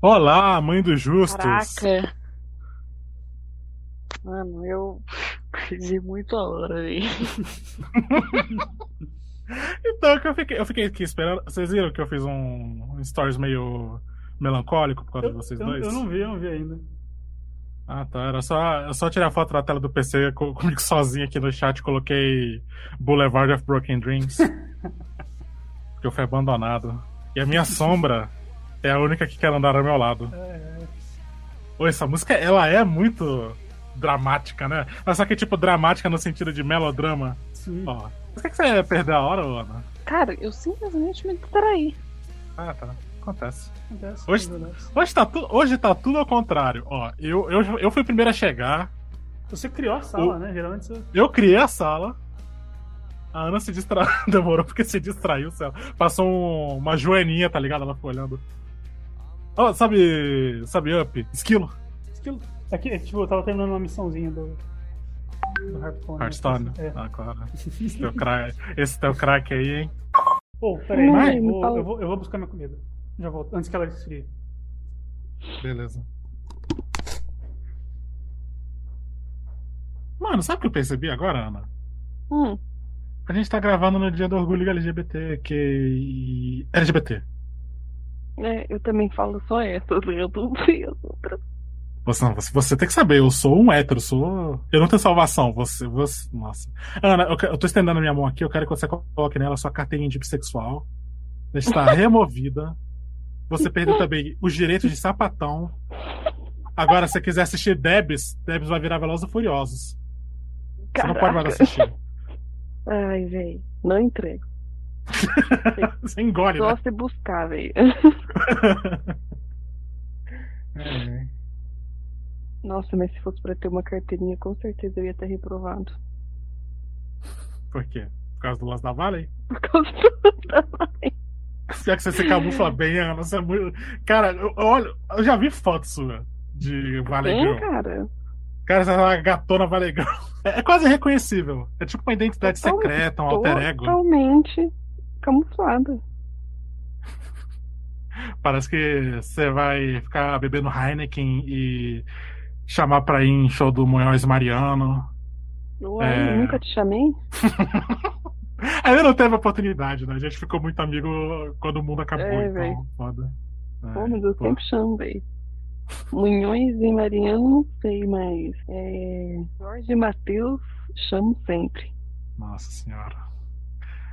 Olá, mãe dos justos.
Caraca. Mano, eu perdi muito a hora aí.
Então, que eu fiquei, eu fiquei aqui esperando. Vocês viram que eu fiz um, um stories meio melancólico por causa de vocês
Eu,
dois?
eu não vi, eu não vi ainda.
Ah, tá. Era só, eu só tirei a foto da tela do PC co- comigo sozinho aqui no chat. Coloquei Boulevard of Broken Dreams. porque eu fui abandonado. E a minha sombra é a única que quer andar ao meu lado.
É,
Ô, essa música, ela é muito dramática, né? Mas só que, tipo, dramática no sentido de melodrama.
Sim.
Ó. Mas quer que você ia perder a hora, ô, Ana?
Cara, eu simplesmente me distraí.
Ah, tá. Acontece.
Acontece.
Hoje, hoje, tá, tu, hoje tá tudo ao contrário. Ó, eu, eu, eu fui o primeiro a chegar.
Você criou a sala,
O-
né? Geralmente você.
Eu criei a sala. A Ana se distraiu. Demorou porque se distraiu, sei lá. Passou um- uma joaninha, tá ligado? Ela ficou olhando. Ó, sabe. Sabe, Up? Esquilo.
Aquilo- Aqui, é, tipo, eu tava terminando uma missãozinha do. Do Hearthstone.
Hearthstone.
É.
Ah, claro. Esse teu crack, esse teu crack aí, hein?
Pô, peraí,
Mas-
eu,
me
vou,
fala-
eu, vou, eu vou buscar minha comida. Já volto, antes que ela esfrie.
Beleza. Mano, sabe o que eu percebi agora, Ana?
Hum.
A gente tá gravando no dia do orgulho LGBT, que. LGBT.
É, eu também falo só essa, né? eu não sei as outras.
Você, não, você, você tem que saber, eu sou um hétero, eu sou. Eu não tenho salvação. Você. você nossa. Ana, eu, que- eu tô estendendo a minha mão aqui, eu quero que você coloque nela a sua carteirinha de bissexual. Está removida. Você perdeu também os direitos de sapatão. Agora, se você quiser assistir Debs, Debs vai virar Velozes e Furiosos. Você não pode mais
Caraca.
assistir.
Ai, velho. Não entrego.
Você engole,
Só
né?
se buscar, velho.
É.
Nossa, mas se fosse pra ter uma carteirinha, com certeza eu ia ter reprovado.
Por quê? Por causa do lance da Vale?
Por causa do
Pior que você se camufla bem, Ana. Você é muito... Cara, eu, eu olho, eu já vi foto sua de Valegão.
Tem, cara.
Cara, essa é uma gatona Valegão. É, é quase reconhecível. É tipo uma identidade
Total-
secreta, um alter ego.
Totalmente camuflada.
Parece que você vai ficar bebendo Heineken e chamar pra ir em show do Munhoz Mariano.
Ué,
É.
nunca te chamei?
Ainda não teve oportunidade, né? A gente ficou muito amigo quando o mundo acabou,
É,
então.
véi.
Foda. É,
Pô, mas eu
pô.
sempre chamo, véi. Munhões e Mariano, não sei, mas. É... Jorge e Matheus, chamo sempre.
Nossa senhora.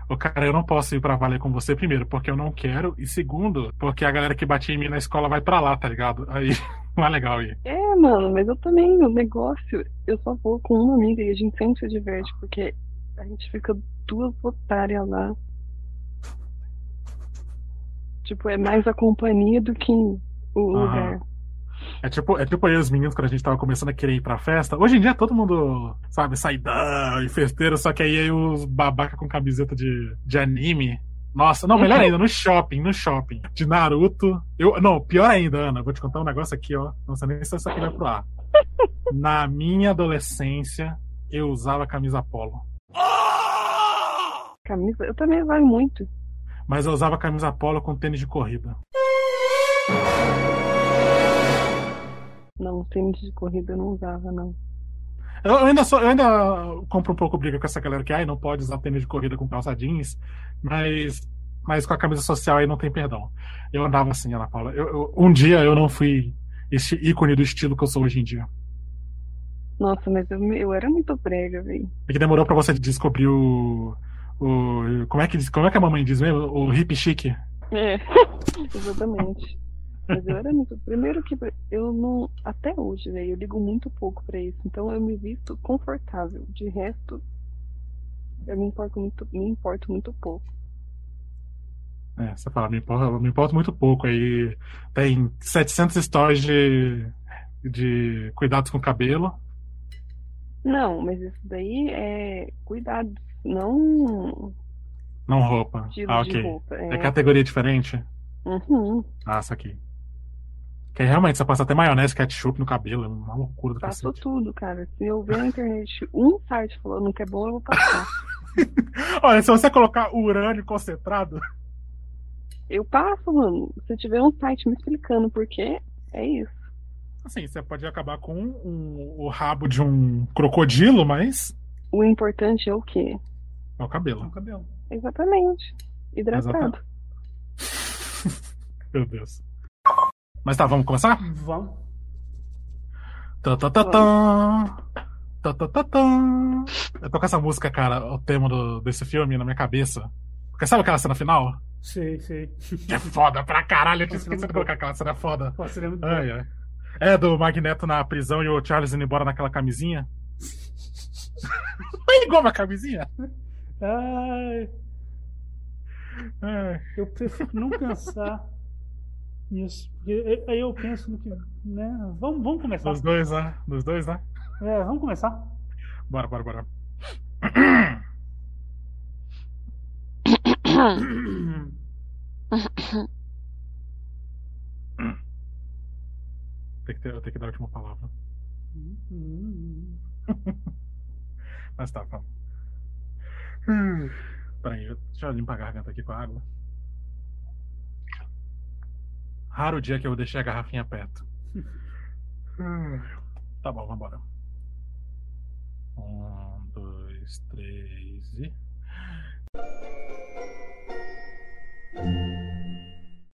Ô, cara, eu não posso ir pra Vale com você, primeiro, porque eu não quero, e segundo, porque a galera que batia em mim na escola vai pra lá, tá ligado? Aí não é legal ir.
É, mano, mas eu também, o negócio, eu só vou com uma amiga e a gente sempre se diverte, porque a gente fica duas otárias lá. Tipo, é mais a companhia do que o lugar.
É tipo, é tipo aí os meninos quando a gente tava começando a querer ir pra festa. Hoje em dia todo mundo, sabe, saidão e festeiro, só que aí, aí os babaca com camiseta de, de anime. Nossa, não, melhor ainda, no shopping, no shopping. De Naruto. Eu, não, pior ainda, Ana, vou te contar um negócio aqui, ó. Não sei nem se isso aqui vai pro ar. Na minha adolescência, eu usava camisa polo.
Camisa, eu também vai muito.
Mas eu usava camisa polo com tênis de corrida.
Não, tênis de corrida eu não usava, não.
Eu, eu ainda sou, eu ainda compro um pouco briga com essa galera que ai, não pode usar tênis de corrida com calça jeans, mas, mas com a camisa social aí não tem perdão. Eu andava assim, Ana Paula. Eu- eu- um dia eu não fui esse ícone do estilo que eu sou hoje em dia.
Nossa, mas eu, me- eu era muito brega, velho.
É que demorou pra você descobrir o. o como, é que, diz- como é que a mamãe diz mesmo? O hip chique.
É, exatamente. Mas eu era muito. Primeiro que eu não. Até hoje, velho, eu ligo muito pouco pra isso. Então eu me visto confortável. De resto, eu me importo muito, me importo muito pouco.
É, você fala, me importa, me importa muito pouco. Aí tem 700 stories de, de cuidados com o cabelo.
Não, mas isso daí é cuidado, não.
Não roupa.
Estilo
ah,
de
ok.
roupa, é.
é categoria diferente?
Uhum.
Ah, saquei. Que realmente você passa até maionese, ketchup no cabelo, é uma loucura do
Passo
cacete.
tudo, cara. Se eu ver na internet um site falando que é bom, eu vou passar.
Olha, se você colocar urânio concentrado,
Eu passo, mano. Se tiver um site me explicando por quê, é isso.
assim, você pode acabar com um- o rabo de um crocodilo, mas
O importante é o quê?
é o cabelo.
cabelo.
Exatamente. Hidratado.
Exatamente. Meu Deus. Mas tá, vamos começar?
Vamos.
Tá, tá, tá, tá. Tá, tá, tá, tá. Eu tô com essa música, cara, o tema do- desse filme na minha cabeça. Porque sabe aquela cena final?
Sei, sei.
Que é foda pra caralho, eu tinha esquecido de colocar aquela cena é foda.
Pô, seria muito
Ai, ai. É, do Magneto na prisão e o Charles indo embora naquela camisinha. Não é igual uma camisinha?
Ai,
Ai.
eu prefiro não pensar nisso. Porque aí eu penso no que. Né? Vamos, vamos começar.
Dos dois, né? Dos dois, né?
É, vamos começar.
Bora, bora, bora. Tem que, ter, eu tenho que dar a última palavra. Mas tá, vamos. Hum. Peraí, eu- deixa eu limpar a garganta aqui com a água. Raro dia que eu deixei a garrafinha perto. Tá bom, vambora. Um, dois, três e.